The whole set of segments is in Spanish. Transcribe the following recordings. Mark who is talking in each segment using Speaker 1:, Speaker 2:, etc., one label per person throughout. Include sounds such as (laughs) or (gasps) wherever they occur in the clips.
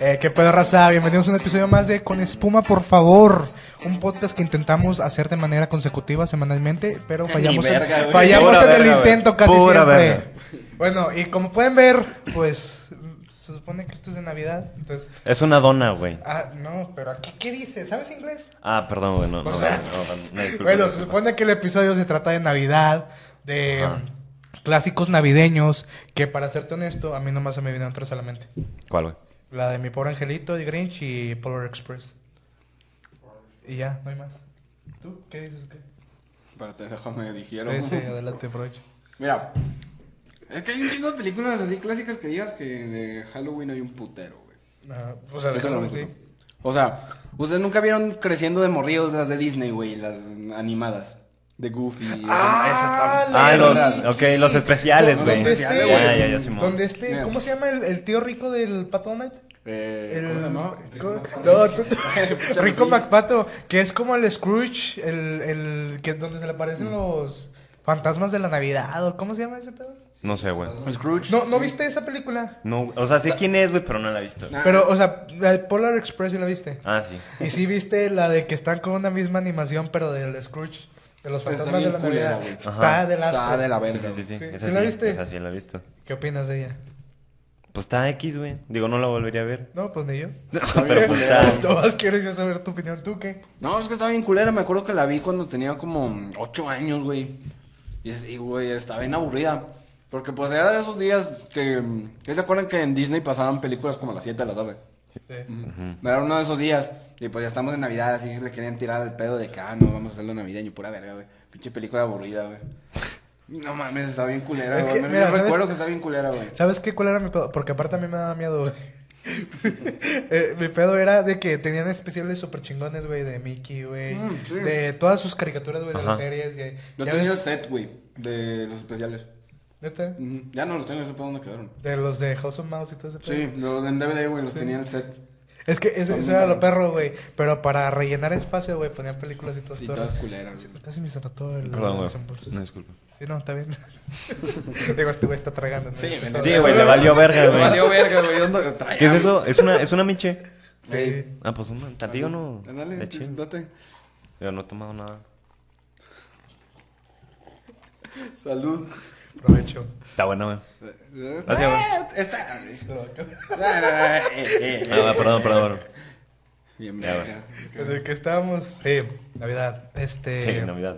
Speaker 1: Eh, ¿Qué pedo, raza? Bienvenidos a un episodio más de Con Espuma, por favor. Un podcast que intentamos hacer de manera consecutiva semanalmente, pero fallamos,
Speaker 2: verga,
Speaker 1: en,
Speaker 2: güey.
Speaker 1: fallamos
Speaker 3: Pura
Speaker 1: en el
Speaker 3: verga, güey.
Speaker 1: intento casi
Speaker 3: Pura
Speaker 1: siempre.
Speaker 3: verga.
Speaker 1: Bueno, y como pueden ver, pues se supone que esto es de Navidad, entonces...
Speaker 3: Es una dona, güey.
Speaker 1: Ah, no, pero aquí, ¿qué dice? ¿Sabes inglés?
Speaker 3: Ah, perdón, güey. No, no,
Speaker 1: O sea,
Speaker 3: no, no, no, no, disculpa,
Speaker 1: Bueno, se
Speaker 3: disculpa.
Speaker 1: supone que el episodio se trata de Navidad, de
Speaker 3: Ajá.
Speaker 1: clásicos navideños, que para serte honesto, a mí nomás se me vinieron tres a la mente.
Speaker 3: ¿Cuál, güey?
Speaker 1: La de mi pobre angelito, de Grinch y Polar Express. Y ya, no hay más. ¿Tú qué dices? o qué?
Speaker 2: Espérate, déjame, dijeron.
Speaker 1: Sí, sí, adelante, aprovecha.
Speaker 2: Mira, es que hay un chingo de películas así clásicas que digas que de Halloween hay un putero, güey.
Speaker 1: Ah, o sea,
Speaker 2: Sí,
Speaker 1: déjalo
Speaker 2: son
Speaker 1: así.
Speaker 2: un puto. O sea, ustedes nunca vieron creciendo de morrillos las de Disney, güey, las animadas. De Goofy. esas están
Speaker 1: Ah, la
Speaker 3: Ah, los,
Speaker 2: perras.
Speaker 1: verga.
Speaker 3: ok, los especiales,
Speaker 2: ¿Dónde
Speaker 3: güey.
Speaker 1: Donde
Speaker 2: especiales,
Speaker 1: este,
Speaker 2: güey.
Speaker 3: Ya, ya, ya, Simón.
Speaker 1: donde este-
Speaker 2: Mira.
Speaker 1: ¿cómo se llama el, el tío rico del Pato Donald?
Speaker 2: Eh,
Speaker 1: El,
Speaker 2: ¿Cómo se llamaba?
Speaker 1: co- no,
Speaker 2: Rico
Speaker 1: tú- (laughs)
Speaker 2: (laughs)
Speaker 3: (laughs)
Speaker 1: Rico McPato, que es como el Scrooge, el, el que donde se le
Speaker 3: Mm.
Speaker 1: aparecen los fantasmas de la Navidad, o ¿cómo se llama ese pedo?
Speaker 3: No sé, güey.
Speaker 2: Scrooge.
Speaker 1: No, ¿no viste esa película?
Speaker 3: No, güey. o sea, sé quién es, güey, pero no la he visto.
Speaker 2: Nah.
Speaker 1: Pero, o sea, la de Polar Express sí la viste.
Speaker 3: Ah, sí.
Speaker 1: Y sí viste la de que están con una misma animación, pero del Scrooge, de los
Speaker 2: Está
Speaker 1: fantasmas de
Speaker 2: bien
Speaker 1: la
Speaker 2: culera,
Speaker 1: Navidad.
Speaker 2: güey.
Speaker 1: Está
Speaker 3: Ajá.
Speaker 1: del asco.
Speaker 2: Está de la
Speaker 3: Sí,
Speaker 2: verga.
Speaker 3: sí, sí, sí.
Speaker 1: Sí,
Speaker 3: Esa
Speaker 1: ¿sí la
Speaker 3: sí,
Speaker 1: viste?
Speaker 3: Esa sí la he visto.
Speaker 1: ¿Qué opinas de ella?
Speaker 3: Pues está X, güey. Digo, no la volvería a ver.
Speaker 1: No, pues ni yo.
Speaker 3: (laughs) pero pues está.
Speaker 1: Todas quieres ya saber tu opinión. ¿Tú qué?
Speaker 2: No, es que estaba bien culera. Me acuerdo que la vi cuando tenía como 8 años, güey. Y, es- y, güey, estaba bien aburrida. Porque, pues, era de esos días que... ¿qué se acuerdan que en Disney pasaban películas como a las 7 de la tarde? Era uno de esos días. Y, pues, ya estamos en Navidad. Así que le querían tirar el pedo de que, ah, no, vamos a hacerlo navideño. Pura verga, güey. Pinche película aburrida, güey. No mames, estaba bien culera,
Speaker 1: Es
Speaker 2: güey.
Speaker 1: que,
Speaker 2: Me-
Speaker 1: mira,
Speaker 2: yo
Speaker 1: ¿sabes?
Speaker 2: recuerdo que estaba bien culera, güey.
Speaker 1: ¿Sabes qué? ¿Cuál era mi pedo? Porque aparte a mí me daba miedo, güey. (laughs) Eh, mi pedo era de que tenían especiales súper chingones, güey, de Mickey, güey.
Speaker 2: Mm, sí.
Speaker 1: De todas sus caricaturas, güey, de las
Speaker 3: Ajá.
Speaker 1: series. y-
Speaker 2: Yo
Speaker 1: ¿ya
Speaker 2: tenía el
Speaker 1: ves?
Speaker 2: set, güey, de los especiales.
Speaker 1: ¿Neta?
Speaker 2: Ujú. Ya no los tengo, no sé por dónde quedaron.
Speaker 1: De los de House of Mouse y todo ese pedo.
Speaker 2: Sí, los en DVD, güey, los
Speaker 1: Sí.
Speaker 2: tenía en el set.
Speaker 1: Es que eso,
Speaker 2: Son
Speaker 1: eso
Speaker 2: muy
Speaker 1: era lo
Speaker 2: malos.
Speaker 1: perro, güey. Pero para rellenar espacio, güey, ponían películas y todo
Speaker 2: Sí,
Speaker 1: esto.
Speaker 2: todas culeras. güey.
Speaker 1: Casi me se notó el
Speaker 3: Perdón, güey.
Speaker 1: desembolso.
Speaker 3: No, disculpa.
Speaker 1: Sí, no, está bien. (laughs) Digo, este güey está tragando. ¿no?
Speaker 2: Sí,
Speaker 1: Eso-
Speaker 2: güey.
Speaker 3: Sí, güey, le valió verga,
Speaker 2: (laughs) Me valió
Speaker 3: güey.
Speaker 2: verga, güey. ¿dónde- trae
Speaker 3: ¿Qué es
Speaker 2: hambre.
Speaker 3: eso? ¿Es una, es
Speaker 1: (laughs)
Speaker 3: una miche?
Speaker 2: Ey,
Speaker 3: Ah, pues un tantillo no.
Speaker 2: Dale,
Speaker 3: De chill.
Speaker 2: date.
Speaker 3: Yo no he tomado nada.
Speaker 2: Salud.
Speaker 1: Provecho.
Speaker 3: Está buena, güey. Gracias, güey.
Speaker 2: Ah, Está. Ah, eh, eh, eh.
Speaker 3: Ah, va, perdón, perdón.
Speaker 2: Bien,
Speaker 3: Ya,
Speaker 2: verga.
Speaker 1: En el que estábamos. Sí, Navidad. Este.
Speaker 3: Sí, Navidad.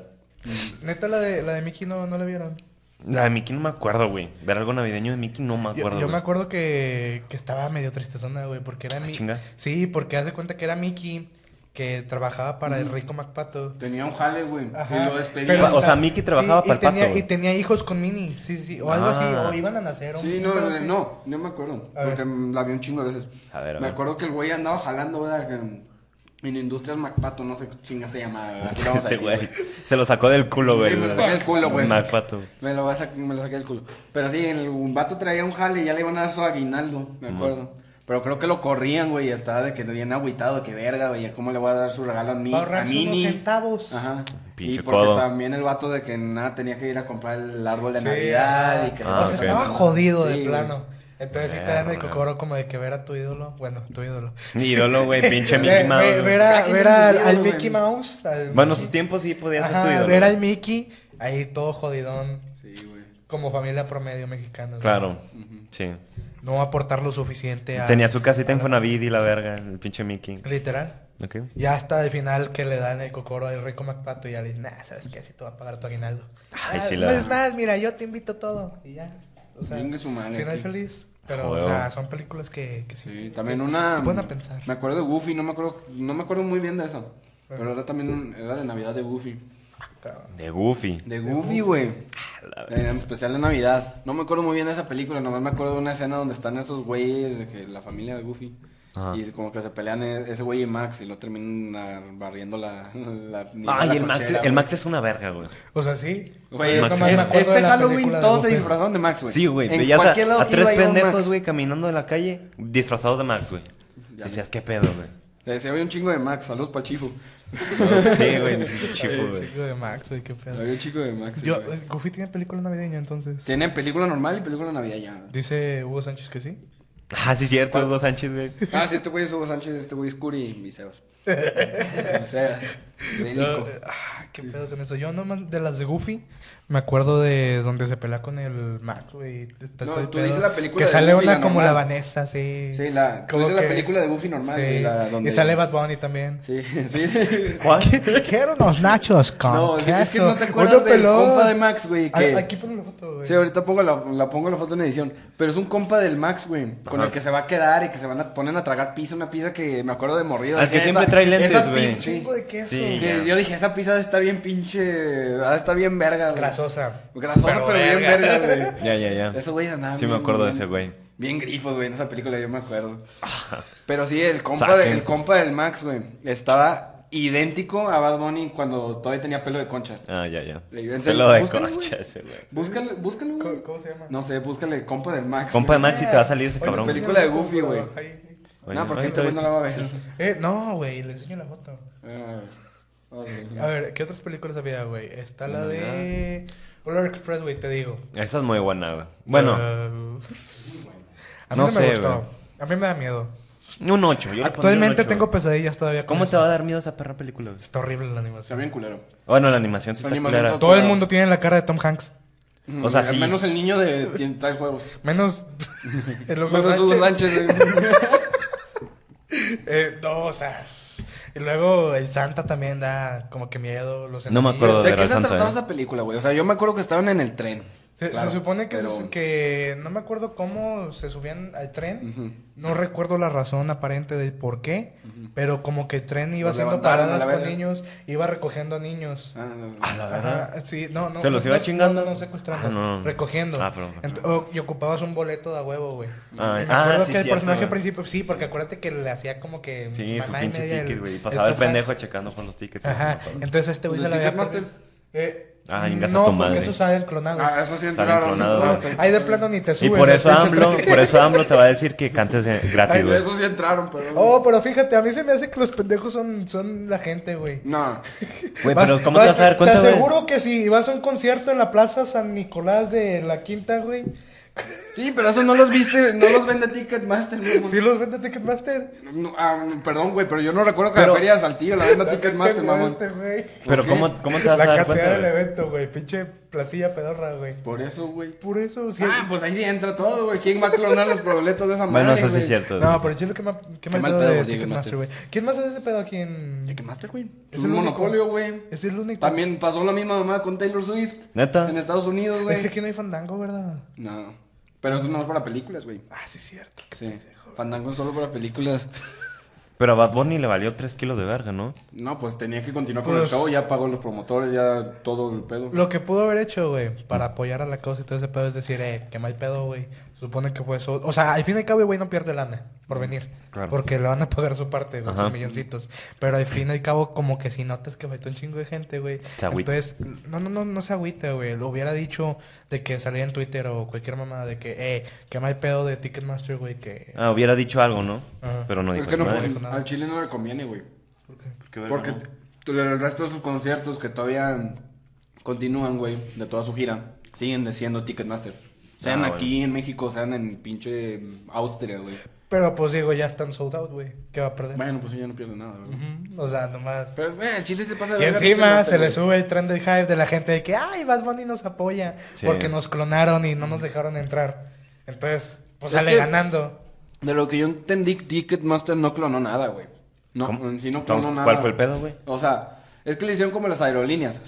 Speaker 1: Neta, la de, la de Mickey no, no la vieron.
Speaker 3: La de Mickey no me acuerdo, güey. Ver algo navideño de Mickey no me
Speaker 1: Yo- yo
Speaker 3: acuerdo.
Speaker 1: me
Speaker 3: güey. Ah,
Speaker 1: acuerdo que, que estaba medio tristezona, güey, porque era Mickey.
Speaker 3: chinga.
Speaker 1: Sí, porque hace cuenta que era Mickey que trabajaba para
Speaker 2: Mm.
Speaker 1: el rico MacPato.
Speaker 2: Tenía un jale, güey. Y
Speaker 1: Ajá.
Speaker 2: lo despedí.
Speaker 3: Pero- O sea, Mickey trabajaba
Speaker 1: y
Speaker 3: para el
Speaker 1: tenía-
Speaker 3: pato, güey.
Speaker 1: Y tenía hijos con Minnie, sí, sí, sí, o algo
Speaker 3: Ah.
Speaker 1: así, o iban a nacer. o
Speaker 2: Sí,
Speaker 1: un
Speaker 2: no,
Speaker 1: pedo
Speaker 2: eh,
Speaker 1: así.
Speaker 2: no, no me acuerdo.
Speaker 1: A ver.
Speaker 2: porque mm, la vi un chingo de veces.
Speaker 3: A ver, a
Speaker 2: Me
Speaker 3: ver.
Speaker 2: acuerdo que el güey andaba jalando, ¿verdad? Que, mm, en Industrias Macpato, no sé qué chinga se llamaba.
Speaker 3: (laughs)
Speaker 2: ¿verdad? Así lo vamos a
Speaker 3: Este
Speaker 2: decir,
Speaker 3: güey se lo sacó del culo, güey.
Speaker 2: Sí, me lo saqué del culo, güey.
Speaker 3: Macpato.
Speaker 2: Me lo, va a sac- me lo saqué del culo. Pero sí, el un vato traía un jale y ya le iban a dar su aguinaldo, me acuerdo. Pero creo que lo corrían, güey, y estaba de que bien agüitado, que verga, güey, ¿cómo le voy a dar su regalo a mí?
Speaker 1: Pa'
Speaker 2: A
Speaker 1: ahorrarse unos
Speaker 2: Mini?
Speaker 1: centavos.
Speaker 2: Ajá.
Speaker 3: Pinche
Speaker 2: y porque
Speaker 3: codo.
Speaker 2: también el vato de que nada tenía que ir a comprar el árbol de
Speaker 1: Sí,
Speaker 2: Navidad
Speaker 1: ajá.
Speaker 2: y que
Speaker 3: Ah,
Speaker 1: o sea,
Speaker 3: ok.
Speaker 1: estaba jodido
Speaker 2: Sí,
Speaker 1: de plano. Entonces sí te dan el
Speaker 3: Verga.
Speaker 1: cocoro como de que ver a tu ídolo, bueno, tu ídolo.
Speaker 3: Mi
Speaker 2: (laughs)
Speaker 3: ídolo, güey. Pinche
Speaker 1: Ve-
Speaker 3: Mickey
Speaker 1: ve-
Speaker 3: Mouse.
Speaker 1: ver
Speaker 3: güey.
Speaker 1: a-
Speaker 2: Ay,
Speaker 1: ver
Speaker 2: no,
Speaker 1: al,
Speaker 2: mi
Speaker 1: al
Speaker 2: ídolo, güey.
Speaker 1: Mickey Mouse. al
Speaker 3: Bueno,
Speaker 1: Mickey.
Speaker 3: sus tiempos sí podía ser
Speaker 1: Ajá,
Speaker 3: tu ídolo.
Speaker 1: ver al
Speaker 3: güey.
Speaker 1: Mickey ahí todo jodidón,
Speaker 2: güey. Sí, güey.
Speaker 1: como familia promedio mexicana. ¿sí?
Speaker 3: Claro. Sí.
Speaker 1: No aportar lo suficiente a...
Speaker 3: Tenía su casita en Fonavid y la verga, el pinche Mickey.
Speaker 1: Literal.
Speaker 3: Ok.
Speaker 1: Ya hasta el final que le dan el cocoro al rico MacPato y ya le dicen, nah, ¿sabes qué? Así te va a pagar tu aguinaldo.
Speaker 3: Ay,
Speaker 1: Ah,
Speaker 3: sí
Speaker 1: no
Speaker 3: la-
Speaker 1: Es más, mira, yo te invito todo. Y ya. O sea,
Speaker 2: Chingue su madre,
Speaker 1: final
Speaker 2: sí.
Speaker 1: feliz. Pero,
Speaker 3: Joder.
Speaker 1: o sea, son películas que, que sí.
Speaker 2: Sí, también
Speaker 1: te-
Speaker 2: una. mm,
Speaker 1: te ponen a pensar.
Speaker 2: Me acuerdo de Goofy, no me acuerdo, no me acuerdo muy bien de eso. Pero era también, un- era de Navidad de Goofy.
Speaker 1: Cabrón.
Speaker 3: De Goofy.
Speaker 2: De Goofy, güey. Eh, En especial de Navidad. No me acuerdo muy bien de esa película, nomás me acuerdo de una escena donde están esos güeyes de que la familia de Goofy.
Speaker 3: Ajá.
Speaker 2: Y como que se pelean e- ese güey y Max y lo terminan ah, barriendo la. la
Speaker 3: Ay,
Speaker 2: la
Speaker 3: el Max,
Speaker 2: cochera,
Speaker 3: el Max es una verga, güey.
Speaker 1: O sea, sí.
Speaker 2: Güey, Güey,
Speaker 3: El
Speaker 1: Yo
Speaker 3: Max
Speaker 1: nomás
Speaker 2: es-
Speaker 1: me
Speaker 3: es-
Speaker 1: acuerdo de
Speaker 2: este
Speaker 1: la
Speaker 2: Halloween
Speaker 1: película de
Speaker 2: todos se
Speaker 1: Goofy.
Speaker 2: disfrazaron de Max, güey.
Speaker 3: Sí, güey.
Speaker 2: Pues, En
Speaker 3: Veías a,
Speaker 2: cualquier lado
Speaker 3: a
Speaker 2: que
Speaker 3: tres
Speaker 2: iba, iba un
Speaker 3: pendejos,
Speaker 2: Max.
Speaker 3: güey, caminando de la calle, disfrazados de Max, güey.
Speaker 2: Ya
Speaker 3: Decías, ¿qué pedo, güey?
Speaker 2: Le decía, había un chingo de Max. Saludos para el chifo.
Speaker 3: Sí, güey, pinche
Speaker 2: (laughs)
Speaker 3: chifo,
Speaker 1: Oye,
Speaker 3: güey.
Speaker 1: chico de Max, güey, qué pedo.
Speaker 2: Había un chico de Max.
Speaker 1: Yo,
Speaker 2: güey.
Speaker 1: eh, Goofy tiene película navideña entonces.
Speaker 2: Tiene película normal y película navideña.
Speaker 1: Dice Hugo Sánchez que sí.
Speaker 3: Ah, sí, cierto, Hugo Sánchez, güey.
Speaker 2: Ah, sí, este güey es Hugo Sánchez, este güey es Curi y (laughs) Miseos. Miseos. Bélico.
Speaker 1: Eh, ah, qué pedo con eso. Yo nomás de las de Goofy me acuerdo de donde se pelea con el Max, güey. Está
Speaker 2: No,
Speaker 1: todo el
Speaker 2: tú dices la película
Speaker 1: Que
Speaker 2: de
Speaker 1: sale
Speaker 2: Goofy,
Speaker 1: una
Speaker 2: la
Speaker 1: como la
Speaker 2: normal.
Speaker 1: Vanessa, sí.
Speaker 2: Sí, la- tú
Speaker 1: Como
Speaker 2: dices la película de Goofy normal, güey, la donde-
Speaker 1: Y sale Bad Bunny también.
Speaker 2: Sí, (laughs) sí. (laughs)
Speaker 3: ¿Cuál?
Speaker 1: Quiero unos nachos con
Speaker 2: No, es que- es que
Speaker 1: queso.
Speaker 2: no te acuerdas
Speaker 1: Ah, Otro
Speaker 2: del
Speaker 1: pelón.
Speaker 2: compa de Max, güey,
Speaker 1: A-
Speaker 2: que-
Speaker 1: Aquí pongo la foto, güey.
Speaker 2: Sí, ahorita pongo la, la pongo la foto en edición. Pero es un compa del Max, güey. Con
Speaker 3: Ajá.
Speaker 2: el que se va a quedar y que se van a ponen a tragar pizza, una pizza que me acuerdo de morrido.
Speaker 3: Al
Speaker 2: decía,
Speaker 3: que siempre
Speaker 2: "Esa-
Speaker 3: trae lentes,
Speaker 2: esas
Speaker 3: güey".
Speaker 2: pizzas- sí.
Speaker 1: Chingo de queso.
Speaker 3: Sí.
Speaker 2: Que
Speaker 3: Ya.
Speaker 2: Yo dije, esa pizza está bien pinche. Ah, está bien verga, güey.
Speaker 1: Grasosa.
Speaker 2: Grasosa, pero, bien verga,
Speaker 3: (laughs)
Speaker 2: güey.
Speaker 3: Ya, ya, ya.
Speaker 2: Esos güeyes andaban
Speaker 3: Sí, me
Speaker 2: bien-
Speaker 3: acuerdo de
Speaker 2: bien-
Speaker 3: ese güey.
Speaker 2: Bien grifos, güey, en esa película yo me acuerdo. Pero sí, el compa,
Speaker 3: Saquen.
Speaker 2: de- el compa del Max, güey, estaba idéntico a Bad Bunny cuando todavía tenía pelo de concha.
Speaker 3: Ah, ya, ya.
Speaker 2: Le iba a enseñar-
Speaker 3: Pelo de
Speaker 2: Búscalo, güey.
Speaker 3: concha ese, güey.
Speaker 2: Búscalo, búscalo, güey.
Speaker 1: ¿Cómo- cómo se llama?
Speaker 2: No sé, búscale compa del Max.
Speaker 3: Compa de
Speaker 2: güey.
Speaker 3: Max y te va a salir ese
Speaker 1: Oye,
Speaker 3: cabrón.
Speaker 1: enseño
Speaker 3: güey.
Speaker 2: película de
Speaker 1: la foto,
Speaker 2: Goofy, güey.
Speaker 1: Ahí.
Speaker 3: Oye,
Speaker 2: No, porque
Speaker 3: ahí
Speaker 2: este
Speaker 3: está,
Speaker 2: güey no la va a ver.
Speaker 1: Eh, no, güey, le enseño la foto.
Speaker 2: Ah, ok.
Speaker 1: A ver, ¿qué otras películas había, güey? Está la de... Polar Express, güey, te digo.
Speaker 3: Esa es muy buena, güey. Bueno,
Speaker 1: Uh, a mí no,
Speaker 3: no
Speaker 1: me
Speaker 3: sé,
Speaker 1: gustó.
Speaker 3: güey.
Speaker 1: A mí me da miedo.
Speaker 3: un 8.
Speaker 1: Actualmente tengo pesadillas todavía. con
Speaker 3: ¿Cómo
Speaker 1: eso.
Speaker 3: te va a dar miedo esa perra película, güey?
Speaker 1: Está horrible la
Speaker 2: Está
Speaker 1: animación.
Speaker 2: bien culero.
Speaker 3: Bueno, la animación sí
Speaker 2: La
Speaker 3: está
Speaker 2: animación
Speaker 3: culera.
Speaker 1: Todo el mundo tiene la cara de Tom Hanks.
Speaker 3: O sea,
Speaker 2: Al
Speaker 3: sí.
Speaker 2: Menos el niño de tiene- trae juegos.
Speaker 1: Menos (laughs) el Hugo
Speaker 2: Menos Hugo
Speaker 1: (laughs)
Speaker 2: Sánchez, güey.
Speaker 1: Eh, no, o sea. Y luego el Santa también da como que miedo. Los
Speaker 3: No me
Speaker 1: enemigos.
Speaker 3: acuerdo
Speaker 2: ¿De
Speaker 3: de
Speaker 2: qué se
Speaker 3: Razón
Speaker 2: trataba
Speaker 3: también.
Speaker 2: esa película, güey? O sea, yo me acuerdo que estaban en el tren.
Speaker 1: Se,
Speaker 2: Claro,
Speaker 1: se supone que,
Speaker 2: pero-
Speaker 1: se- que no me acuerdo cómo se subían al tren.
Speaker 2: Ujú.
Speaker 1: No recuerdo la razón aparente del por qué. Pero como que el tren iba
Speaker 2: Los
Speaker 1: haciendo
Speaker 2: levantaron a
Speaker 1: paradas
Speaker 2: la
Speaker 1: con
Speaker 2: verga.
Speaker 1: niños, iba recogiendo a niños.
Speaker 2: Ah, no, no.
Speaker 3: A la verga.
Speaker 1: Ajá, sí, no, no.
Speaker 3: ¿Se los
Speaker 1: no,
Speaker 3: iba
Speaker 1: no,
Speaker 3: chingando?
Speaker 1: No, no, secuestrando.
Speaker 3: Ah, no.
Speaker 1: Recogiendo.
Speaker 3: Ah, pero-
Speaker 1: Ent- o- y ocupabas un boleto de a huevo, güey.
Speaker 3: Ah,
Speaker 1: Y me acuerdo
Speaker 3: ah, sí,
Speaker 1: que el
Speaker 3: cierto,
Speaker 1: personaje
Speaker 3: güey.
Speaker 1: principal, sí, porque acuérdate que le hacía como que.
Speaker 3: Sí, su
Speaker 1: mamá y
Speaker 3: pinche
Speaker 1: media
Speaker 3: ticket,
Speaker 1: el-
Speaker 3: güey. Y pasaba el
Speaker 1: Tom Hanks.
Speaker 3: pendejo checando por los tickets. sí, me
Speaker 1: Ajá.
Speaker 3: acuerdo.
Speaker 1: Entonces este güey
Speaker 2: ¿Los
Speaker 1: se la
Speaker 2: de
Speaker 1: había.
Speaker 2: Ticketmaster?
Speaker 1: Eh,
Speaker 3: Ah, chingas a
Speaker 1: no,
Speaker 3: tu
Speaker 1: porque
Speaker 3: madre.
Speaker 1: esos salen clonados.
Speaker 2: Ah, eso sí,
Speaker 3: Salen
Speaker 2: entraron.
Speaker 3: clonados.
Speaker 2: Ah,
Speaker 1: Ahí de plano ni te
Speaker 3: Y
Speaker 1: subes.
Speaker 3: por eso
Speaker 1: estás
Speaker 3: AMLO,
Speaker 1: siempre-
Speaker 3: por eso AMLO te va a decir que cantes eh, gratis, güey.
Speaker 2: Eso sí entraron, pero...
Speaker 1: Oh, pero fíjate, a mí se me hace que los pendejos son, son la gente, güey.
Speaker 2: No.
Speaker 3: Güey, pero ¿cómo te vas a dar cuenta,
Speaker 1: Te
Speaker 3: güey?
Speaker 1: aseguro que si vas a un concierto en la Plaza San Nicolás de la Quinta, güey,
Speaker 2: Sí, pero eso no los viste, no los vende Ticketmaster, güey.
Speaker 1: si los vende Ticketmaster.
Speaker 2: No, ah, perdón, güey, pero yo no recuerdo que
Speaker 3: Pero-
Speaker 2: la feria Saltillo la venda Ticketmaster, mamón.
Speaker 1: Este, güey.
Speaker 3: Pero ¿cómo, cómo te
Speaker 1: La
Speaker 3: vas a dar
Speaker 1: cantidad
Speaker 3: cuenta,
Speaker 1: del
Speaker 3: güey?
Speaker 1: evento, güey. Pinche placilla pedorra, güey.
Speaker 2: Por eso, güey.
Speaker 1: Por eso, sí.
Speaker 2: Ah, pues ahí sí entra todo, güey. ¿Quién va a clonar los boletos de esa madre,
Speaker 3: Bueno, eso sí
Speaker 2: güey?
Speaker 3: es cierto.
Speaker 1: no,
Speaker 3: güey.
Speaker 1: pero chile, qué, ma- qué,
Speaker 2: pues, Qué
Speaker 1: mal
Speaker 2: mal
Speaker 1: pedo
Speaker 2: pedo
Speaker 1: de
Speaker 2: por
Speaker 1: Ticketmaster,
Speaker 2: Ticketmaster.
Speaker 1: güey. ¿Quién más hace ese pedo aquí en...?
Speaker 2: Ticketmaster, güey.
Speaker 1: Es
Speaker 2: Es
Speaker 1: el
Speaker 2: un
Speaker 1: único.
Speaker 2: monopolio, güey.
Speaker 1: Es el único.
Speaker 2: También pasó la misma mamá con Taylor Swift.
Speaker 3: ¿Neta?
Speaker 2: En Estados Unidos,
Speaker 1: Es que
Speaker 2: güey.
Speaker 1: aquí no hay fandango, ¿verdad?
Speaker 2: No. Pero eso no es para películas, güey.
Speaker 1: Ah, sí, cierto.
Speaker 2: Sí. Fandango es solo para películas.
Speaker 3: Pero a Bad Bunny le valió 3 kilos de verga, ¿no?
Speaker 2: No, pues tenía que continuar con
Speaker 1: Pues-
Speaker 2: el show, ya pagó los promotores, ya todo el pedo.
Speaker 1: Lo que pudo haber hecho, güey, para apoyar a la causa y todo ese pedo es decir, eh, qué mal pedo, güey. Supone que fue eso. O sea, al fin y al cabo, güey, no pierde lana por venir.
Speaker 3: Claro.
Speaker 1: Porque le van a pagar su parte, güey, sus
Speaker 3: Ajá.
Speaker 1: milloncitos. Pero al fin y al cabo, como que si notas que faltó un chingo de gente, güey.
Speaker 3: Se agüita.
Speaker 1: Entonces, no, no, no, no se agüita, güey. Lo hubiera dicho de que saliera en Twitter o cualquier mamada de que, eh, qué mal pedo de Ticketmaster, güey, que.
Speaker 3: Ah, hubiera dicho algo, ¿no?
Speaker 1: Ajá.
Speaker 3: Pero no dijo
Speaker 2: es que no
Speaker 3: ni madre.
Speaker 2: pueden-
Speaker 1: nada.
Speaker 2: al Chile no le conviene, güey.
Speaker 3: Qué verga,
Speaker 2: Porque
Speaker 3: ¿no?
Speaker 2: t- el resto de sus conciertos que todavía continúan, güey, de toda su gira, siguen de siendo Ticketmaster. Sean
Speaker 3: Ah,
Speaker 2: aquí en México, sean en pinche Austria, güey.
Speaker 1: Pero pues digo, ya están sold out, güey. ¿Qué va a perder?
Speaker 2: Bueno, pues sí, ya no pierden nada, güey.
Speaker 1: Ujú, O sea, nomás.
Speaker 2: Pero es, eh, al Chile se pasa de
Speaker 1: Y
Speaker 2: verga
Speaker 1: encima
Speaker 2: Ticketmaster,
Speaker 1: se le
Speaker 2: güey.
Speaker 1: sube el tren del hype de la gente de que, ay, Bad Bunny nos apoya
Speaker 3: Sí.
Speaker 1: porque nos clonaron y no nos dejaron entrar. Entonces, pues
Speaker 2: Es
Speaker 1: sale
Speaker 2: que-
Speaker 1: ganando.
Speaker 2: De lo que yo entendí, Ticketmaster no clonó nada, güey. No,
Speaker 3: ¿Cómo?
Speaker 2: en sí no
Speaker 3: Entonces,
Speaker 2: clonó nada.
Speaker 3: ¿cuál fue el pedo, güey?
Speaker 2: O sea, es que le hicieron como las aerolíneas.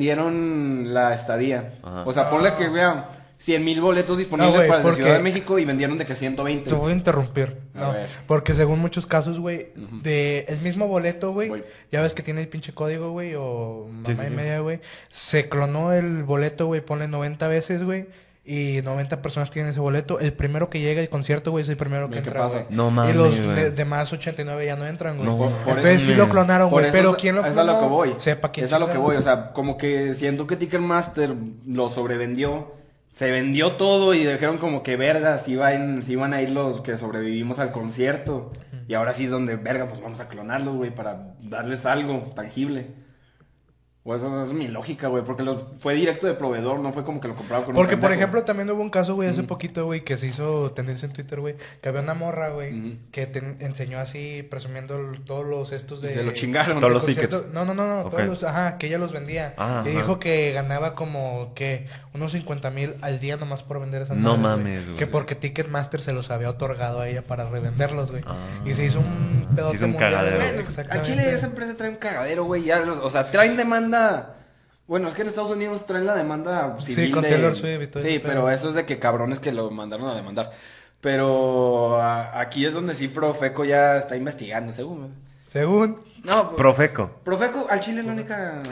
Speaker 2: Sobrevendieron la estadía.
Speaker 3: Ajá.
Speaker 2: O sea, ponle que vean 100 mil boletos disponibles
Speaker 1: No, güey,
Speaker 2: para la
Speaker 1: porque-
Speaker 2: Ciudad de México y vendieron de que 120.
Speaker 1: Te voy a interrumpir.
Speaker 2: A
Speaker 1: ¿no?
Speaker 2: ver.
Speaker 1: Porque según muchos casos, güey, de el mismo boleto, güey,
Speaker 2: Voy.
Speaker 1: ya ves que tiene el pinche código, güey, o mamá
Speaker 3: Sí, sí,
Speaker 1: y
Speaker 3: sí.
Speaker 1: media, güey. Se clonó el boleto, güey, ponle 90 veces, güey. Y 90 personas tienen ese boleto. El primero que llega al concierto, güey, es el primero que
Speaker 2: Ve qué
Speaker 1: entra,
Speaker 2: pasa.
Speaker 1: güey.
Speaker 3: No
Speaker 1: Y
Speaker 3: mames,
Speaker 1: los
Speaker 3: güey.
Speaker 1: de- demás 89 ya no entran, güey.
Speaker 3: No, por- por
Speaker 1: Entonces
Speaker 3: eso-
Speaker 1: sí lo clonaron,
Speaker 2: Por
Speaker 1: güey.
Speaker 2: eso
Speaker 1: Pero
Speaker 2: es-
Speaker 1: ¿quién lo
Speaker 2: Es a lo
Speaker 1: clonó?
Speaker 2: que voy.
Speaker 1: Sepa quién
Speaker 2: Es a lo que
Speaker 1: chingado.
Speaker 2: voy. O sea, como que siento que Ticketmaster lo sobrevendió. Se vendió todo y dijeron como que verga, si, van, si van a ir los que sobrevivimos al concierto. Y ahora sí es donde, verga, pues vamos a clonarlos, güey, para darles algo tangible. O esa esa es mi lógica, güey, porque los- fue directo de proveedor, no fue como que lo compraron con un
Speaker 1: Porque, por
Speaker 2: pendejo.
Speaker 1: ejemplo, también hubo un caso, güey, hace poquito, güey, que se hizo tendencia en Twitter, güey, que había una morra, güey,
Speaker 2: Ujú.
Speaker 1: que te enseñó así, presumiendo l- todos los estos de...
Speaker 2: Se lo chingaron.
Speaker 1: de
Speaker 3: Todos los
Speaker 1: concierto.
Speaker 3: tickets.
Speaker 1: No, no, no, no,
Speaker 3: Ok.
Speaker 1: todos los, ajá, que ella los vendía.
Speaker 3: Ah,
Speaker 1: y
Speaker 3: ajá.
Speaker 1: dijo que ganaba como, que unos 50 mil al día nomás por vender esas
Speaker 3: No
Speaker 1: madres,
Speaker 3: mames, güey.
Speaker 1: Que porque Ticketmaster se los había otorgado a ella para revenderlos, güey.
Speaker 3: Ah.
Speaker 1: Y se hizo un pedote
Speaker 3: Se hizo un
Speaker 1: mundial,
Speaker 3: cagadero.
Speaker 1: güey,
Speaker 2: Bueno, es que a
Speaker 1: exactamente.
Speaker 2: Chile esa empresa trae un cagadero, güey. ya los- o sea, traen demanda. Bueno, es que en Estados Unidos traen la demanda civil
Speaker 1: con
Speaker 2: de-
Speaker 1: Taylor Swift y todo
Speaker 2: Sí,
Speaker 1: ese
Speaker 2: pero
Speaker 1: pedo.
Speaker 2: eso es de que cabrones que lo mandaron a demandar. Pero a- aquí es donde sí Profeco ya está investigando, según.
Speaker 1: Según,
Speaker 2: No,
Speaker 3: Profeco.
Speaker 2: Profeco al Chile es la única.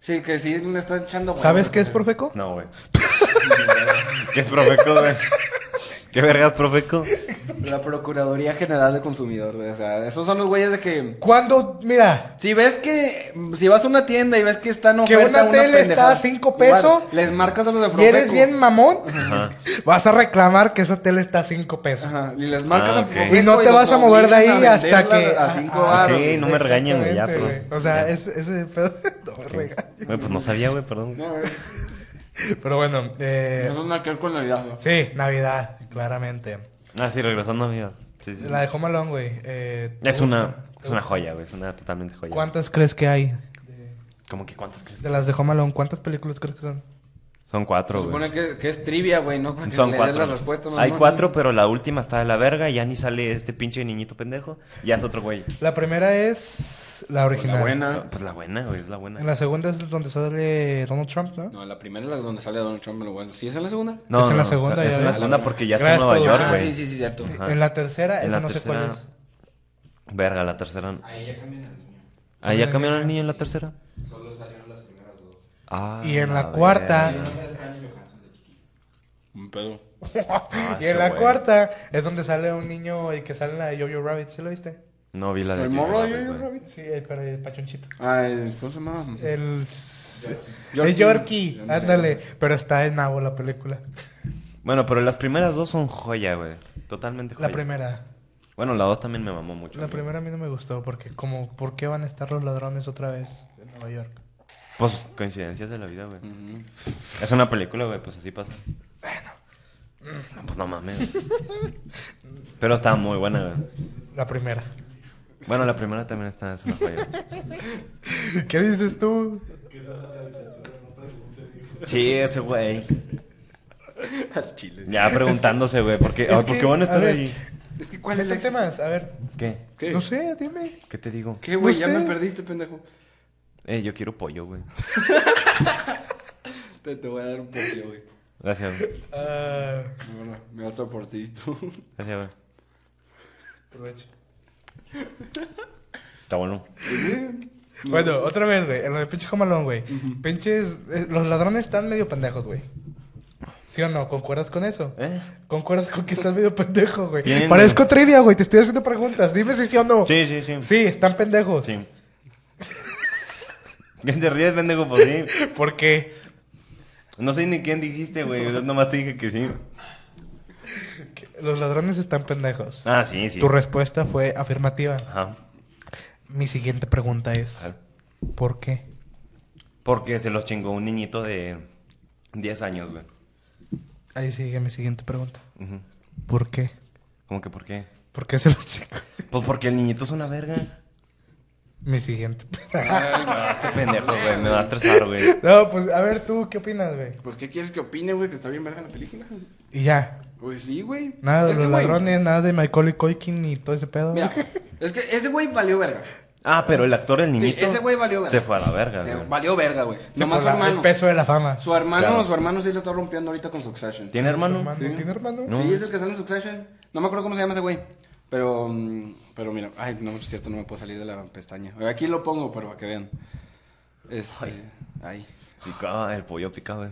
Speaker 2: Sí, que sí le está echando. huevos.
Speaker 1: ¿sabes qué es Profeco?
Speaker 3: No, güey. (laughs) ¿Qué es Profeco, güey? ¿Qué vergas, Profeco?
Speaker 2: La Procuraduría General de Consumidor, güey. O sea, esos son los güeyes de que.
Speaker 1: Cuando, mira,
Speaker 2: Si ves que. Si vas a una tienda y ves que están
Speaker 1: Que
Speaker 2: oferta
Speaker 1: una tele está
Speaker 2: pendejada,
Speaker 1: a cinco pesos,
Speaker 2: igual, Les marcas a los de
Speaker 1: y eres
Speaker 2: Profeco.
Speaker 1: bien mamón,
Speaker 3: Ajá.
Speaker 1: (laughs) vas a reclamar que esa tele está a 5 pesos.
Speaker 2: Ajá, y les marcas
Speaker 3: Ah,
Speaker 2: a
Speaker 3: ok.
Speaker 2: Profeco
Speaker 1: Y no te
Speaker 2: los
Speaker 1: vas a mover de
Speaker 2: obligan
Speaker 1: ahí
Speaker 2: a
Speaker 1: hasta que.
Speaker 2: venderla A cinco
Speaker 1: ah,
Speaker 2: baros.
Speaker 3: ok,
Speaker 1: sí,
Speaker 3: no me regañen, güey, ya,
Speaker 1: exactamente,
Speaker 3: perdón.
Speaker 1: güey. O sea,
Speaker 3: Ya.
Speaker 1: es- ese pedo. (laughs) No me regañen.
Speaker 3: Güey, pues no sabía, güey, perdón.
Speaker 2: No, güey,
Speaker 1: Pero bueno, eh,
Speaker 2: eso es una que ver con Navidad, güey.
Speaker 1: sí, Navidad, claramente.
Speaker 3: Ah, sí, regresando a vida. Sí, sí.
Speaker 1: La de Home Alone, güey. eh, ¿te
Speaker 3: Es una,
Speaker 1: gusta?
Speaker 3: es una joya, güey. Es una totalmente joya.
Speaker 1: ¿Cuántas crees que hay?
Speaker 3: ¿Cómo que cuántas crees?
Speaker 1: De las de Home Alone, ¿cuántas películas crees que son?
Speaker 3: Son
Speaker 2: Se
Speaker 3: cuatro,
Speaker 2: supone
Speaker 3: güey.
Speaker 2: que, que es trivia, güey, ¿no? Que
Speaker 3: Son
Speaker 2: le des
Speaker 3: cuatro.
Speaker 2: la respuesta, no,
Speaker 3: Hay
Speaker 2: no,
Speaker 3: cuatro, pero la última está de la verga. Ya ni sale este pinche niñito pendejo. Ya es otro güey.
Speaker 1: La primera es la
Speaker 2: no.
Speaker 1: original.
Speaker 2: La buena.
Speaker 3: Pues la buena, güey. Es la
Speaker 1: En
Speaker 3: buena.
Speaker 1: la segunda es donde sale Donald Trump, ¿no?
Speaker 2: No, la primera es la donde sale Donald Trump, lo bueno. ¿Sí es en la segunda?
Speaker 1: es en la
Speaker 3: o sea,
Speaker 1: segunda,
Speaker 3: Es
Speaker 1: ya
Speaker 3: en la
Speaker 1: ves.
Speaker 3: segunda porque ya está en
Speaker 1: Gracias,
Speaker 3: Nueva York,
Speaker 1: producción.
Speaker 2: Ah, sí,
Speaker 3: güey.
Speaker 2: sí, sí, cierto.
Speaker 3: Ajá.
Speaker 1: En la tercera,
Speaker 3: En
Speaker 1: esa
Speaker 3: la
Speaker 1: Ah, no sé
Speaker 3: tercera-
Speaker 1: cuál es.
Speaker 3: Verga, la tercera.
Speaker 2: Ahí ya cambian el niño.
Speaker 3: Ah, ya cambiaron el niño en la tercera.
Speaker 2: Solo salieron las primeras dos. Ah,
Speaker 3: Ah,
Speaker 1: Y en la cuarta-
Speaker 3: verga.
Speaker 2: Un pedo.
Speaker 1: y
Speaker 3: Ah, eso,
Speaker 1: en la
Speaker 3: güey.
Speaker 1: cuarta es donde sale un niño y que sale en la de Yo-Yo Rabbit, ¿sí lo viste?
Speaker 3: No vi la de
Speaker 2: ¿El
Speaker 3: Jojo
Speaker 2: morro
Speaker 3: Rabbit,
Speaker 2: de
Speaker 3: güey.
Speaker 2: Jojo Rabbit?
Speaker 1: Sí, el, pero el pachonchito.
Speaker 2: Ah, el- ¿cómo se llama?
Speaker 1: El... s-
Speaker 2: Yorkie.
Speaker 1: El Yorkie,
Speaker 2: Yorkie.
Speaker 1: ándale. Pero está en nabo la película.
Speaker 3: Bueno, pero las primeras dos son joya, güey. Totalmente joya.
Speaker 1: La primera.
Speaker 3: Bueno, la dos también me mamó mucho.
Speaker 1: La
Speaker 3: güey.
Speaker 1: primera a mí no me gustó porque como, ¿por qué van a estar los ladrones otra vez en Nueva York?
Speaker 3: Pues coincidencias de la vida, güey.
Speaker 2: Ujú.
Speaker 3: Es una película, güey, pues así pasa. Bueno. Pues no mames. Pero está muy buena, güey.
Speaker 1: La primera.
Speaker 3: Bueno, la primera también está, es una joya.
Speaker 1: ¿Qué dices tú?
Speaker 3: Sí,
Speaker 1: (laughs)
Speaker 3: ese güey.
Speaker 2: Al chile.
Speaker 3: Ya preguntándose, güey, porque,
Speaker 1: es
Speaker 3: ay, ¿por
Speaker 1: que,
Speaker 3: qué van a
Speaker 1: a
Speaker 3: estar
Speaker 1: ver.
Speaker 3: ahí?
Speaker 2: Es que, ¿cuál
Speaker 1: ¿Cuáles
Speaker 2: es
Speaker 1: son
Speaker 2: la
Speaker 1: los temas? A ver.
Speaker 3: ¿Qué?
Speaker 2: ¿Qué?
Speaker 1: No sé, dime.
Speaker 3: ¿Qué te digo?
Speaker 2: ¿Qué, güey?
Speaker 1: No
Speaker 2: ya
Speaker 1: sé.
Speaker 2: me perdiste, pendejo.
Speaker 3: Eh, yo quiero pollo, güey.
Speaker 2: Te, te voy a dar un pollo, güey.
Speaker 3: Gracias, güey.
Speaker 1: Ah,
Speaker 2: Bueno, me vas a por ti (laughs) tú.
Speaker 3: Gracias, güey.
Speaker 1: aprovecho.
Speaker 3: Está bueno.
Speaker 1: Bueno, otra vez, güey. En lo de pinche Jomalón, güey. Pinches. eh, los ladrones están medio pendejos, güey. ¿Sí o no? ¿Concuerdas con eso?
Speaker 3: ¿Eh?
Speaker 1: ¿Concuerdas con que estás medio pendejo, güey?
Speaker 3: Bien,
Speaker 1: Parezco trivia, güey. Te estoy haciendo preguntas. Dime si sí o no.
Speaker 3: Sí, sí, sí.
Speaker 1: Sí, están pendejos.
Speaker 3: Sí. (laughs) ¿Qué te ríes, pendejo? Pues sí.
Speaker 1: ¿Por qué?
Speaker 3: No sé ni quién dijiste, güey. Yo Nomás te dije que sí.
Speaker 1: Que Los ladrones están pendejos.
Speaker 3: Ah, sí, sí.
Speaker 1: Tu respuesta fue afirmativa.
Speaker 3: Ajá.
Speaker 1: Mi siguiente pregunta es:
Speaker 3: Ajá.
Speaker 1: ¿Por qué?
Speaker 3: Porque se los chingó un niñito de 10 años, güey.
Speaker 1: Ahí sigue mi siguiente pregunta:
Speaker 3: Ujú.
Speaker 1: ¿Por qué?
Speaker 3: ¿Cómo que por qué?
Speaker 1: ¿Por qué se los (laughs) chico?
Speaker 3: Pues porque el niñito es una verga.
Speaker 1: Mi siguiente. (laughs)
Speaker 3: Este pendejo, güey. Me va a estresar, güey.
Speaker 1: No, pues a ver tú, ¿qué opinas, güey?
Speaker 2: (laughs) Pues, ¿qué quieres que opine, güey? Que está bien verga la película.
Speaker 1: Y ya,
Speaker 2: Pues sí, güey.
Speaker 1: Nada de
Speaker 2: Es
Speaker 1: los
Speaker 2: que, güey,
Speaker 1: ladrones, nada de Macaulay Culkin y todo ese pedo.
Speaker 2: Mira, es que ese güey valió verga.
Speaker 3: Ah, pero el actor del niñito.
Speaker 2: ese güey valió verga.
Speaker 3: Se fue a la
Speaker 2: O
Speaker 3: verga,
Speaker 2: sea,
Speaker 3: güey.
Speaker 2: Eh, valió verga, güey.
Speaker 1: Sí,
Speaker 2: Nomás
Speaker 1: por
Speaker 2: su
Speaker 1: la-
Speaker 2: hermano.
Speaker 1: El peso de la fama.
Speaker 2: Su hermano,
Speaker 3: Claro.
Speaker 2: su hermano sí lo está rompiendo ahorita con Succession.
Speaker 3: ¿Tiene hermano?
Speaker 1: hermano. ¿Tiene hermano?
Speaker 3: No.
Speaker 2: Sí, es el que sale en Succession. No me acuerdo cómo se llama ese güey. Pero, mm, pero mira, ay, no, es cierto, no me puedo salir de la pestaña. Aquí lo pongo, pero para que vean. Este, ay.
Speaker 3: Pica, ah, el pollo pica, güey.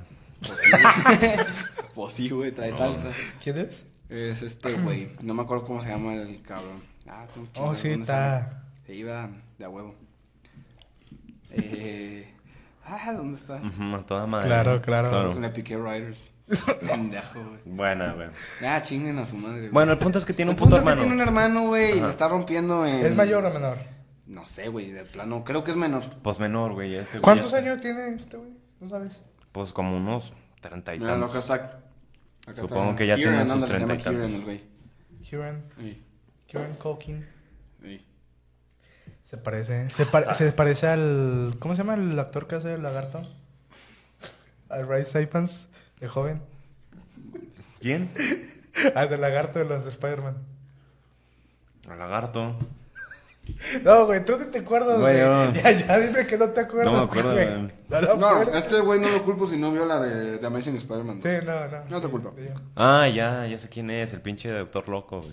Speaker 2: Pues sí, güey, trae salsa.
Speaker 1: ¿Quién es?
Speaker 2: Es este güey. No me acuerdo cómo se llama el cabrón. Ah, tú,
Speaker 1: Oh,
Speaker 2: chingada,
Speaker 1: sí,
Speaker 2: ¿dónde
Speaker 1: está.
Speaker 2: sale? Se iba de a huevo. Eh, ah, ¿dónde está?
Speaker 3: Ujú, a toda madre.
Speaker 1: Claro, claro. (laughs)
Speaker 2: Con la PK Riders. Pendejo, güey.
Speaker 3: Buena, güey.
Speaker 2: Ah, chinguen a su madre, güey.
Speaker 3: Bueno, el punto es que tiene
Speaker 2: el
Speaker 3: un puto
Speaker 2: punto es que
Speaker 3: hermano.
Speaker 2: tiene un hermano, güey, y
Speaker 3: Ajá.
Speaker 2: le está rompiendo en...
Speaker 1: ¿Es mayor o menor?
Speaker 2: No sé, güey, de plano. Creo que es menor.
Speaker 3: Pues menor, güey. este güey
Speaker 1: ¿Cuántos
Speaker 3: ya-
Speaker 1: años tiene este güey? No sabes.
Speaker 3: Pues como unos treinta y
Speaker 2: Mira,
Speaker 3: tantos.
Speaker 2: acá está. acá está
Speaker 3: Supongo que ya
Speaker 2: Kieran,
Speaker 3: tiene sus
Speaker 2: ándale, se
Speaker 3: 30 y
Speaker 2: llama Kieran,
Speaker 3: tantos.
Speaker 2: el güey.
Speaker 1: Kieran,
Speaker 2: Ey,
Speaker 1: Kieran Culkin. (laughs)
Speaker 2: ey.
Speaker 1: Se parece. Se,
Speaker 2: Ah.
Speaker 1: pare- se parece al. ¿Cómo se llama el actor que hace el lagarto? Al Rice Saipans, el joven.
Speaker 3: ¿Quién?
Speaker 1: Al del lagarto de los Spider-Man.
Speaker 3: El lagarto.
Speaker 1: No, güey, tú no te acuerdas,
Speaker 3: Güey,
Speaker 1: güey.
Speaker 3: no.
Speaker 1: Ya, ya, dime que no te acuerdas.
Speaker 3: No me acuerdo, güey.
Speaker 1: No, lo
Speaker 2: No,
Speaker 1: acuerdas.
Speaker 2: este güey no lo culpo si no vio la de, de Amazing Spider-Man.
Speaker 1: Sí, no, no.
Speaker 2: No te culpo.
Speaker 3: Ah, ya, ya sé quién es. El pinche doctor loco, güey.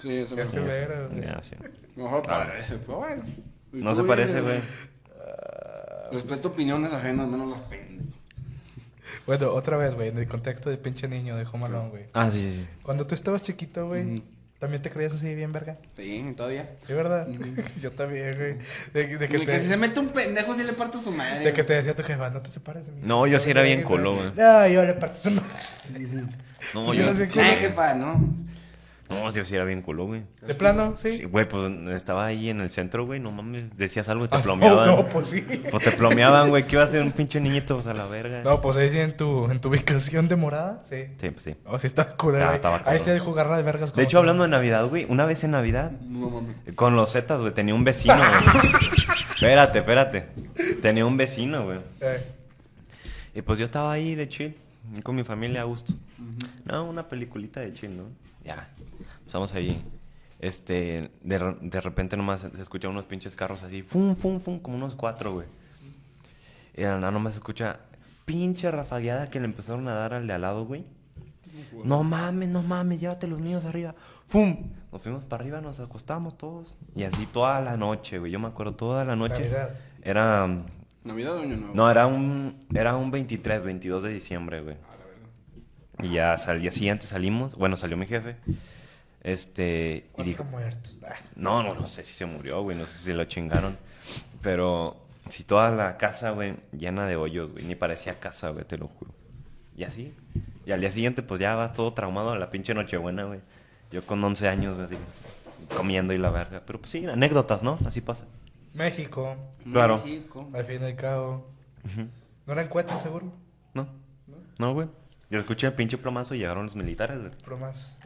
Speaker 2: Sí, eso
Speaker 1: Ese
Speaker 3: Sí,
Speaker 1: güey
Speaker 3: ya sé.
Speaker 1: era, güey.
Speaker 3: Ya, sí.
Speaker 2: Mejor
Speaker 3: Ah.
Speaker 2: parece, pero bueno. Y
Speaker 3: No
Speaker 2: tú,
Speaker 3: se parece, güey.
Speaker 2: Respeto opiniones ajenas, menos las pendejas.
Speaker 1: Bueno, otra vez, güey, en el contexto de pinche niño de Home Alone, güey.
Speaker 3: Ah, sí, sí, sí.
Speaker 1: Cuando tú estabas chiquito, güey,
Speaker 2: Ujú.
Speaker 1: también te creías así bien, verga.
Speaker 2: Sí, todavía.
Speaker 1: ¿De verdad? (laughs) Yo también, güey. De, de que
Speaker 2: Ni
Speaker 1: te...
Speaker 2: que si se mete un pendejo, sí le parto su madre.
Speaker 1: De que
Speaker 2: güey.
Speaker 1: te decía tu jefa, no te separes de mí.
Speaker 3: No, yo sí era bien culo, güey.
Speaker 1: No, yo le parto su madre.
Speaker 3: No,
Speaker 1: Sí,
Speaker 3: yo.
Speaker 1: no sé
Speaker 2: Sí, jefa, ¿no?
Speaker 3: No, yo sí era bien culo, güey.
Speaker 1: ¿De plano?
Speaker 3: Sí,
Speaker 1: Sí.
Speaker 3: güey, pues estaba ahí en el centro, güey. No mames, decías algo y te
Speaker 1: Ah, (laughs)
Speaker 3: plomeaban.
Speaker 1: No, no, pues sí.
Speaker 3: Pues te plomeaban, güey. ¿Qué iba a hacer un pinche niñito? Pues a la verga.
Speaker 1: No, pues ahí sí en tu, en tu ubicación de morada, sí.
Speaker 3: Sí, pues sí.
Speaker 1: No, sí está cool,
Speaker 3: Ah,
Speaker 1: güey.
Speaker 3: estaba
Speaker 1: Ahí
Speaker 3: cabrón.
Speaker 1: sí hay jugarla de vergas.
Speaker 3: De
Speaker 1: como
Speaker 3: hecho,
Speaker 1: tú.
Speaker 3: hablando de Navidad, güey, una vez en Navidad,
Speaker 2: No mames.
Speaker 3: con los Zetas, güey, tenía un vecino, güey.
Speaker 1: (laughs)
Speaker 3: espérate, espérate. Tenía un vecino, güey.
Speaker 1: Eh,
Speaker 3: Y pues yo estaba ahí de chill, con mi familia a gusto. No, una peliculita de chill, ¿no? Ya, estamos ahí. Este, de, re- de repente nomás se escuchan unos pinches carros así, fum, fum, fum, como unos cuatro, güey. Y de la nada nomás se escucha pinche rafagueada que le empezaron a dar al de al lado, güey. No mames, no mames, llévate los niños arriba. ¡Fum! Nos fuimos para arriba, nos acostamos todos. Y así toda la noche, güey. Yo me acuerdo toda la noche.
Speaker 1: Navidad.
Speaker 3: Era. mm,
Speaker 2: ¿Navidad o año nuevo?
Speaker 3: No, era un. Era un 23, 22 de diciembre, güey.
Speaker 2: A la verga.
Speaker 3: Y ya sal- al día siguiente salimos. Bueno, salió mi jefe. Este. Y
Speaker 1: ¿Cuántos
Speaker 3: dijo.
Speaker 1: muertos? Ah,
Speaker 3: No, no, no sé si se murió, güey. No sé si lo chingaron. Pero si toda la casa, güey, llena de hoyos, güey. Ni parecía casa, güey, te lo juro. Y así. Y al día siguiente, pues ya vas todo traumado a la pinche Nochebuena, güey. Yo con 11 años, güey, así, comiendo y la verga. Pero pues sí, anécdotas, ¿no? Así pasa.
Speaker 1: México,
Speaker 3: Claro.
Speaker 2: México.
Speaker 1: al fin y al cabo.
Speaker 3: Ujú.
Speaker 1: No la encuentro, seguro.
Speaker 3: ¿No? No, güey. Yo escuché el pinche plomazo y llegaron los militares, güey.
Speaker 1: Pero más.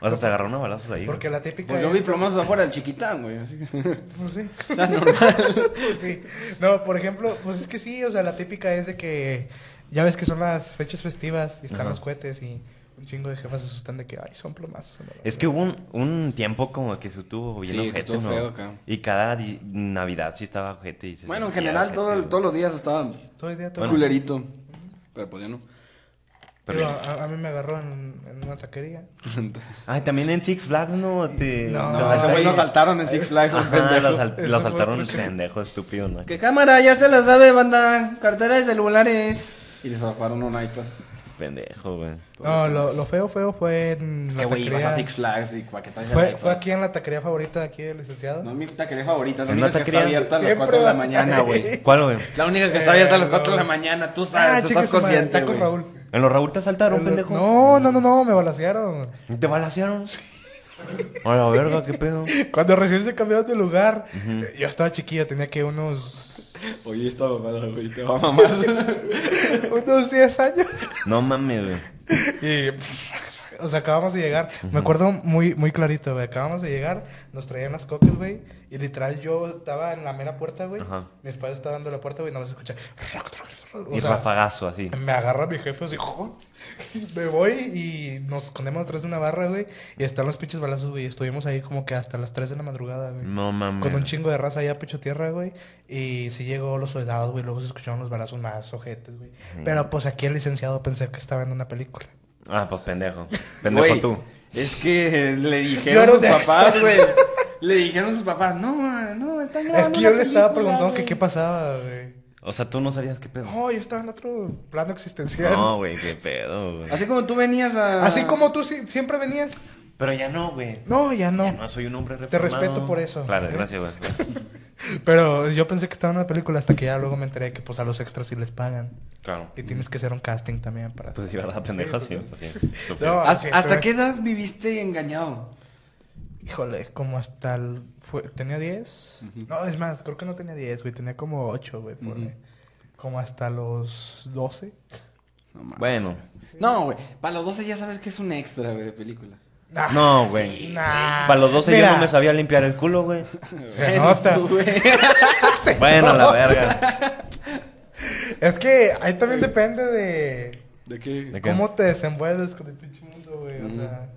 Speaker 3: O sea, se agarraron a balazos ahí.
Speaker 1: Porque la típica.
Speaker 2: Pues yo
Speaker 1: es-
Speaker 2: vi plomazos afuera del chiquitán, güey. Así que.
Speaker 1: Pues sí.
Speaker 3: (laughs)
Speaker 2: Está normal.
Speaker 1: (laughs) Pues sí. No, por ejemplo, pues es que sí, o sea, la típica es de que ya ves que son las fechas festivas y están
Speaker 3: Ajá.
Speaker 1: los cohetes y un chingo de jefas se asustan de que, ay, son plomas.
Speaker 3: Es que hubo un, un tiempo como que se estuvo bien
Speaker 2: Sí, que
Speaker 3: ojete,
Speaker 2: estuvo
Speaker 3: ¿no?
Speaker 2: feo acá.
Speaker 3: Y cada di- Navidad sí estaba ojete. y se
Speaker 2: Bueno, en
Speaker 3: sentía
Speaker 2: general,
Speaker 3: ojete,
Speaker 2: todo el-
Speaker 3: güey.
Speaker 2: todos los días estaba
Speaker 1: Todo el día, todo el
Speaker 3: Bueno.
Speaker 1: día.
Speaker 2: culerito. Pero pues ya
Speaker 3: (laughs)
Speaker 2: no.
Speaker 3: Pero-
Speaker 1: Digo, a, a mí me agarró en, en una taquería.
Speaker 3: Ay, también en Six Flags, ¿no? Te,
Speaker 1: No,
Speaker 3: te
Speaker 2: No, ese güey
Speaker 3: saltaron-
Speaker 2: lo saltaron en Six Flags. un
Speaker 3: Ajá,
Speaker 2: pendejo.
Speaker 3: lo, sal-
Speaker 1: Ese
Speaker 3: lo
Speaker 1: fue
Speaker 3: saltaron
Speaker 1: otro que-
Speaker 3: pendejo estúpido, ¿no?
Speaker 2: Que cámara, ya se la sabe, banda. Cartera de celulares. Y les zafaron un iPad.
Speaker 3: Pendejo, güey.
Speaker 1: No, lo, lo feo, feo fue en.
Speaker 2: Es
Speaker 1: la
Speaker 2: que, güey, ibas a
Speaker 1: taquería.
Speaker 2: Six Flags y para que traes el
Speaker 1: Fue,
Speaker 2: iPad.
Speaker 1: fue aquí en la taquería favorita de aquí del licenciado.
Speaker 2: No es mi taquería favorita, la
Speaker 3: En una
Speaker 2: única que está
Speaker 3: taquería.
Speaker 2: abierta a las
Speaker 1: Siempre
Speaker 2: 4 de la
Speaker 1: vas ahí.
Speaker 2: mañana, güey.
Speaker 3: ¿Cuál, güey?
Speaker 2: La única que
Speaker 1: Eh,
Speaker 2: está abierta a las 4 de la
Speaker 1: no.
Speaker 2: mañana, tú
Speaker 1: ah,
Speaker 2: sabes, tú
Speaker 1: chica,
Speaker 2: estás
Speaker 1: su madre,
Speaker 2: consciente,
Speaker 1: tacos,
Speaker 2: güey.
Speaker 1: Raúl.
Speaker 3: ¿En los Raúl te saltaron,
Speaker 1: El-
Speaker 3: pendejo?
Speaker 1: No, no, no, no, me balasearon.
Speaker 3: ¿Te balasearon? A la verga, qué pedo.
Speaker 1: Cuando recién se cambiaron de lugar, eh, yo estaba chiquilla, tenía que unos.
Speaker 2: Oye, esta mamada, güey, te va a mamar.
Speaker 1: (laughs) unos 10 años.
Speaker 3: No mames, güey.
Speaker 1: Y, o sea, acabamos de llegar. Me acuerdo muy, muy clarito, güey. Acabamos de llegar, nos traían las cocas, güey. Y literal yo estaba en la mera puerta, güey.
Speaker 3: Ajá.
Speaker 1: Mi espalda estaba dando la puerta, güey. No me escucha. O
Speaker 3: Y
Speaker 1: sea,
Speaker 3: rafagazo, así.
Speaker 1: Me agarra mi jefe así, ¡jo! me voy y nos escondemos atrás de una barra, güey. Y están los pinches balazos, güey. Estuvimos ahí como que hasta las 3 de la madrugada, güey.
Speaker 3: No mames.
Speaker 1: Con un chingo de raza allá a pecho tierra, güey. Y sí llegó los soldados, güey. Luego se escucharon los balazos más ojetes, güey. Pero pues aquí el licenciado pensé que estaba en una película.
Speaker 3: Ah, pues
Speaker 1: (laughs)
Speaker 3: pendejo. Pendejo
Speaker 2: Güey,
Speaker 3: tú.
Speaker 2: Es que eh, le
Speaker 1: Yo
Speaker 2: dijeron
Speaker 1: era
Speaker 2: a sus
Speaker 1: un extra.
Speaker 2: papás, güey. Le dijeron a sus papás, no, no, están grabando.
Speaker 1: Es que yo
Speaker 2: una
Speaker 1: le estaba
Speaker 2: película,
Speaker 1: preguntando que
Speaker 2: güey".
Speaker 1: qué pasaba, güey.
Speaker 3: O sea, tú no sabías qué pedo.
Speaker 1: No, yo estaba en otro plano existencial.
Speaker 3: No, güey, qué pedo, güey.
Speaker 2: Así como tú venías a.
Speaker 1: Así como tú sí- siempre venías.
Speaker 3: Pero ya no, güey.
Speaker 1: No, ya
Speaker 3: Ya
Speaker 1: no.
Speaker 3: no soy un hombre
Speaker 1: Te
Speaker 3: reformado.
Speaker 1: respeto por eso.
Speaker 3: Claro,
Speaker 1: ¿Eh?
Speaker 3: gracias, güey.
Speaker 1: Pero yo pensé que estaba en una película hasta que ya luego me enteré que pues a los extras sí les pagan. (laughs)
Speaker 3: Claro.
Speaker 1: Y tienes que hacer un casting también para...
Speaker 3: Pues sí, ¿verdad? Pendejo, sí. pues sí.
Speaker 1: No,
Speaker 3: Estúpido.
Speaker 2: ¿Hasta,
Speaker 1: Ah, sí,
Speaker 2: hasta
Speaker 1: pero-
Speaker 2: qué edad viviste engañado?
Speaker 1: Híjole, como hasta el... fue- ¿Tenía 10? No, es más, creo que no tenía 10, güey. Tenía como 8, güey. por ahí. Como hasta los 12.
Speaker 2: No, mames.
Speaker 3: Bueno.
Speaker 2: No, güey. Para los 12 ya sabes que es un extra, güey, de película.
Speaker 1: Nah,
Speaker 3: No, güey.
Speaker 1: nah.
Speaker 3: Para los 12
Speaker 1: Ah, Mira,
Speaker 3: yo no
Speaker 1: (laughs)
Speaker 3: me sabía limpiar el culo, güey.
Speaker 1: Se
Speaker 2: (laughs)
Speaker 1: nota.
Speaker 2: Tú, güey.
Speaker 3: Bueno, la verga.
Speaker 1: (laughs) Es que ahí también depende de...
Speaker 2: ¿De qué?
Speaker 3: ¿De qué?
Speaker 1: ¿Cómo te desenvuelves con el pinche mundo, güey? O
Speaker 2: Ujú.
Speaker 1: sea,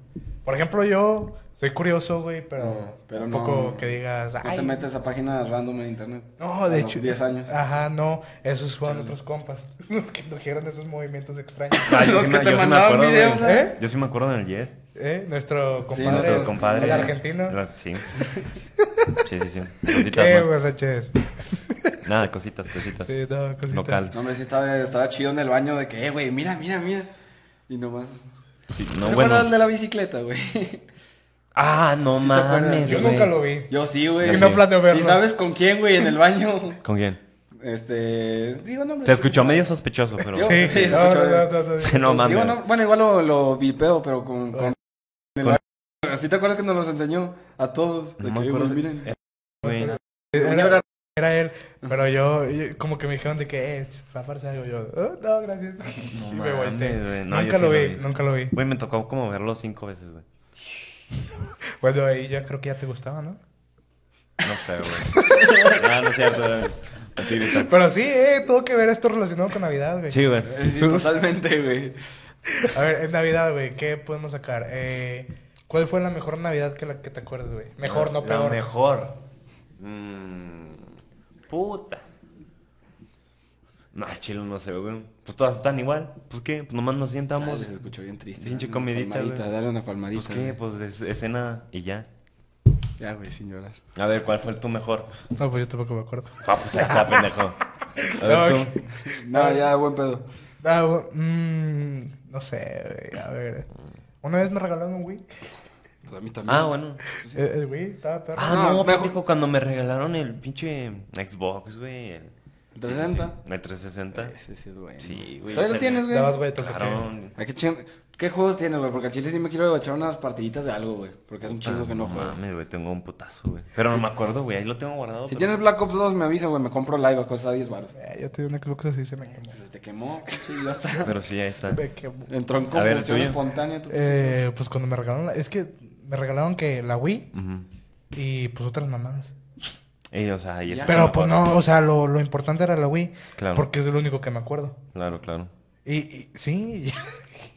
Speaker 1: por ejemplo, yo soy curioso, güey, pero,
Speaker 2: Mm, pero
Speaker 1: un
Speaker 2: no-
Speaker 1: poco que digas,
Speaker 2: No
Speaker 1: ay,
Speaker 2: te metes a páginas random en internet.
Speaker 1: no, de
Speaker 2: A los
Speaker 1: hecho, ah,
Speaker 2: 10 años.
Speaker 1: Ajá, no, esos fueron otros compas, (laughs) los que indujeron esos movimientos extraños.
Speaker 3: Ah,
Speaker 2: (laughs)
Speaker 3: yo
Speaker 2: Los
Speaker 3: sí
Speaker 2: que
Speaker 3: me-
Speaker 2: te
Speaker 3: yo sí me
Speaker 2: mandaban
Speaker 3: acuerdo,
Speaker 2: videos,
Speaker 3: güey.
Speaker 1: ¿eh?
Speaker 3: Yo sí me acuerdo del Yes.
Speaker 1: ¿Eh? Nuestro compadre,
Speaker 2: nuestro
Speaker 3: Nuestro compadre.
Speaker 1: el
Speaker 3: sí.
Speaker 1: argentino.
Speaker 3: Era- Sí.
Speaker 1: (laughs)
Speaker 3: Sí, sí, sí. Cositas,
Speaker 1: ¿Qué,
Speaker 3: ¿no?
Speaker 1: güey, Sánchez?
Speaker 3: Nada, cositas, cositas.
Speaker 1: Sí, no, cositas.
Speaker 3: Local.
Speaker 2: No, hombre, sí estaba, estaba chido en el baño de que, eh, güey, mira, mira, mira. Y nomás.
Speaker 3: Sí,
Speaker 2: No,
Speaker 3: no,
Speaker 2: ¿Se
Speaker 3: bueno.
Speaker 2: acuerdas de la bicicleta, güey? ¿Sí
Speaker 3: Ah, no
Speaker 2: te acuerdas?
Speaker 3: mames,
Speaker 1: Yo
Speaker 3: güey.
Speaker 1: nunca lo vi.
Speaker 2: (laughs) Yo sí, güey.
Speaker 3: Yo
Speaker 1: Y no
Speaker 3: sí.
Speaker 1: planeo verlo.
Speaker 2: ¿Y sabes con quién, güey? En el baño.
Speaker 3: ¿Con quién?
Speaker 2: (laughs) Este. Digo, no, hombre.
Speaker 3: Se escuchó medio sospechoso, pero...
Speaker 2: Yo-
Speaker 1: Sí,
Speaker 2: Sí,
Speaker 1: no,
Speaker 2: escucho,
Speaker 1: no, no, no, no.
Speaker 3: (laughs) No
Speaker 2: Digo,
Speaker 3: mames.
Speaker 2: no, bueno, igual lo, lo vipeo, pero con. con, en el
Speaker 3: Con-
Speaker 2: baño. ¿Sí te acuerdas que nos los enseñó a todos? De
Speaker 3: No me
Speaker 2: que,
Speaker 3: acuerdo
Speaker 2: güey,
Speaker 3: si-
Speaker 2: miren.
Speaker 3: güey.
Speaker 2: (laughs)
Speaker 1: Era, era él, pero yo, yo- como que me dijeron de que, eh, va a aparecer algo. Yo, "Oh, no, gracias. y me
Speaker 3: mames,
Speaker 1: volteé.
Speaker 3: güey. No, yo
Speaker 1: nunca
Speaker 3: sí
Speaker 1: lo
Speaker 3: lo
Speaker 1: vi,
Speaker 3: vi.
Speaker 1: nunca lo vi.
Speaker 3: Güey, me tocó como verlo cinco veces, güey.
Speaker 1: Bueno, ahí ya creo que ya te gustaba, ¿no?
Speaker 3: No sé,
Speaker 1: (laughs)
Speaker 3: güey. Ah, no es cierto, güey. Mentirita.
Speaker 1: Pero sí, eh, tuvo que ver esto relacionado con Navidad, güey.
Speaker 3: Sí, güey.
Speaker 1: eh,
Speaker 2: Sí, Totalmente, güey.
Speaker 1: A ver, en Navidad, güey, ¿qué podemos sacar? Eh, ¿Cuál fue la mejor Navidad que la que te acuerdas, güey? Mejor, no
Speaker 3: La
Speaker 1: peor.
Speaker 3: mejor. Mm, puta. No, al chile no sé, güey. Pues todas están igual. Pues qué, pues nomás nos
Speaker 2: Ay,
Speaker 3: sentamos.
Speaker 2: Se escuchó bien triste.
Speaker 3: Pinche
Speaker 2: Dale una
Speaker 3: comidita,
Speaker 2: palmadita,
Speaker 3: güey.
Speaker 2: Dale una palmadita.
Speaker 3: Pues qué,
Speaker 2: güey.
Speaker 3: pues es- escena y ya.
Speaker 2: Ya, güey, sin llorar.
Speaker 3: A ver, ¿cuál fue tu mejor?
Speaker 1: No, pues yo tampoco me acuerdo.
Speaker 3: Ah, pues ahí está, pendejo. A
Speaker 1: (laughs)
Speaker 3: ver
Speaker 1: No,
Speaker 3: tú.
Speaker 2: No, ya, buen pedo.
Speaker 1: (laughs) Ah, bu- mm, no sé, güey, a ver. Una vez me regalaron un Wii.
Speaker 2: Pues a mí también.
Speaker 3: Ah, bueno.
Speaker 1: El, el Wii estaba perro.
Speaker 3: Ah,
Speaker 2: No,
Speaker 3: no,
Speaker 2: mejor-
Speaker 3: pendejo, cuando me regalaron el pinche Xbox, güey. El
Speaker 2: ¿El 360?
Speaker 3: Sí, sí, sí. El 360.
Speaker 1: Eh,
Speaker 2: Ese sí es bueno.
Speaker 3: Sí,
Speaker 2: ¿Todavía
Speaker 3: güey.
Speaker 2: lo
Speaker 3: ese-
Speaker 2: tienes, güey?
Speaker 1: Dabas vueltas, ¿o qué?
Speaker 3: Claro.
Speaker 2: Ay, ¿Qué, chin- ¿Qué juegos tienes, güey? Porque al chile sí me quiero echar unas partiditas de algo, güey. Porque es un chingo que no
Speaker 3: Ah,
Speaker 2: juego.
Speaker 3: Mames, güey, tengo un putazo, güey. Pero no me acuerdo, güey. Ahí lo tengo guardado.
Speaker 2: Si
Speaker 3: pero-
Speaker 2: tienes Black Ops 2, me avisa, güey. Me compro live a costa de 10 baros.
Speaker 1: Eh, yo tenía una Xbox así, se me quemó.
Speaker 2: Pues se te quemó. sí, ya
Speaker 3: (laughs)
Speaker 2: está.
Speaker 3: Pero sí, ahí está.
Speaker 1: Me quemó.
Speaker 2: Entró en
Speaker 3: A ver,
Speaker 2: combustión
Speaker 3: tuyo.
Speaker 2: espontánea. tú.
Speaker 1: Eh, pues cuando me regalaron, la- es que me regalaron que la Wii
Speaker 3: Ujú.
Speaker 1: y pues otras mamadas.
Speaker 3: Y, o sea, ahí está.
Speaker 1: Pero pues no, o sea, lo, lo importante era la Wii.
Speaker 3: Claro.
Speaker 1: Porque es lo único que me acuerdo.
Speaker 3: Claro, claro.
Speaker 1: Y, y- sí, (laughs)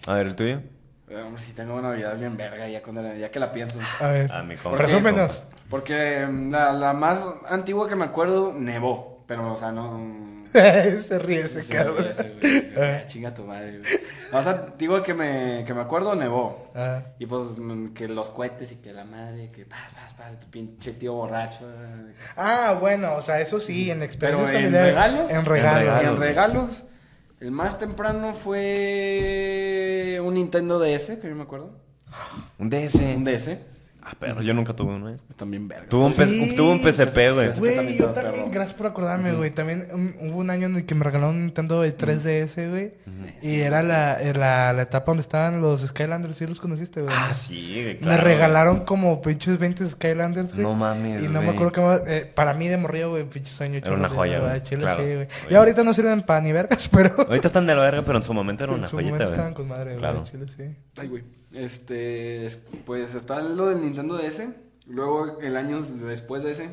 Speaker 3: A ver, ¿el tuyo?
Speaker 2: Eh, hombre, sí tengo una Navidad bien verga ya, cuando la- ya que la pienso.
Speaker 1: a ver.
Speaker 3: Ah, mi compa.
Speaker 1: Presúmenos.
Speaker 2: Porque mm, la, la más antigua que me acuerdo, nevó. Pero, o
Speaker 1: (laughs)
Speaker 2: sea, no...
Speaker 1: (laughs) se ríe ese
Speaker 2: Sí,
Speaker 1: cabrón.
Speaker 2: ya sé, güey. Ah, Chinga tu madre, güey. Más antiguo que me, que me acuerdo, nevó.
Speaker 1: Ah,
Speaker 2: Y pues mm, que los cohetes y que la madre, que pa, pa, pa, tu pinche tío borracho. eh.
Speaker 1: Ah, bueno, o sea, eso sí, en experiencias
Speaker 2: Pero en
Speaker 1: familiares,
Speaker 2: regalos.
Speaker 1: En regalos.
Speaker 3: En regalos.
Speaker 2: En regalos. El más temprano fue un Nintendo DS, que yo me acuerdo.
Speaker 3: Un DS.
Speaker 2: Un DS.
Speaker 3: Ah, perro, yo nunca tuve uno, eh.
Speaker 2: También verga.
Speaker 3: Tuve un,
Speaker 1: Sí.
Speaker 3: PC tuve un PCP, güey.
Speaker 2: Es que
Speaker 1: Güey,
Speaker 2: también
Speaker 1: yo
Speaker 2: estaba
Speaker 1: también,
Speaker 2: perro.
Speaker 1: gracias por acordarme, güey. También um, hubo un año en el que me regalaron un Nintendo de 3DS, güey. Y era la, era la, la etapa donde estaban los Skylanders, ¿sí los conociste, güey?
Speaker 3: Ah, sí, güey,
Speaker 1: Me
Speaker 3: claro.
Speaker 1: regalaron como pinches 20 Skylanders, güey.
Speaker 3: No mames,
Speaker 1: Y no me
Speaker 3: güey.
Speaker 1: acuerdo qué más. eh, para mí de morrido, güey, pinche sueño.
Speaker 3: Era
Speaker 1: chulo,
Speaker 3: una
Speaker 1: sí,
Speaker 3: joya,
Speaker 1: güey,
Speaker 3: güey,
Speaker 1: chile,
Speaker 3: claro.
Speaker 1: sí, güey. Y
Speaker 3: Oye.
Speaker 1: ahorita no sirven para ni vergas, (laughs) pero.
Speaker 3: Ahorita están de la verga, pero en su momento era una
Speaker 1: en su
Speaker 3: joyita,
Speaker 1: momento
Speaker 3: güey.
Speaker 1: estaban con madre, güey.
Speaker 3: Claro.
Speaker 1: chile, sí.
Speaker 2: Ay, güey. Este, es- pues está lo del Nintendo DS. Luego, el año después de ese,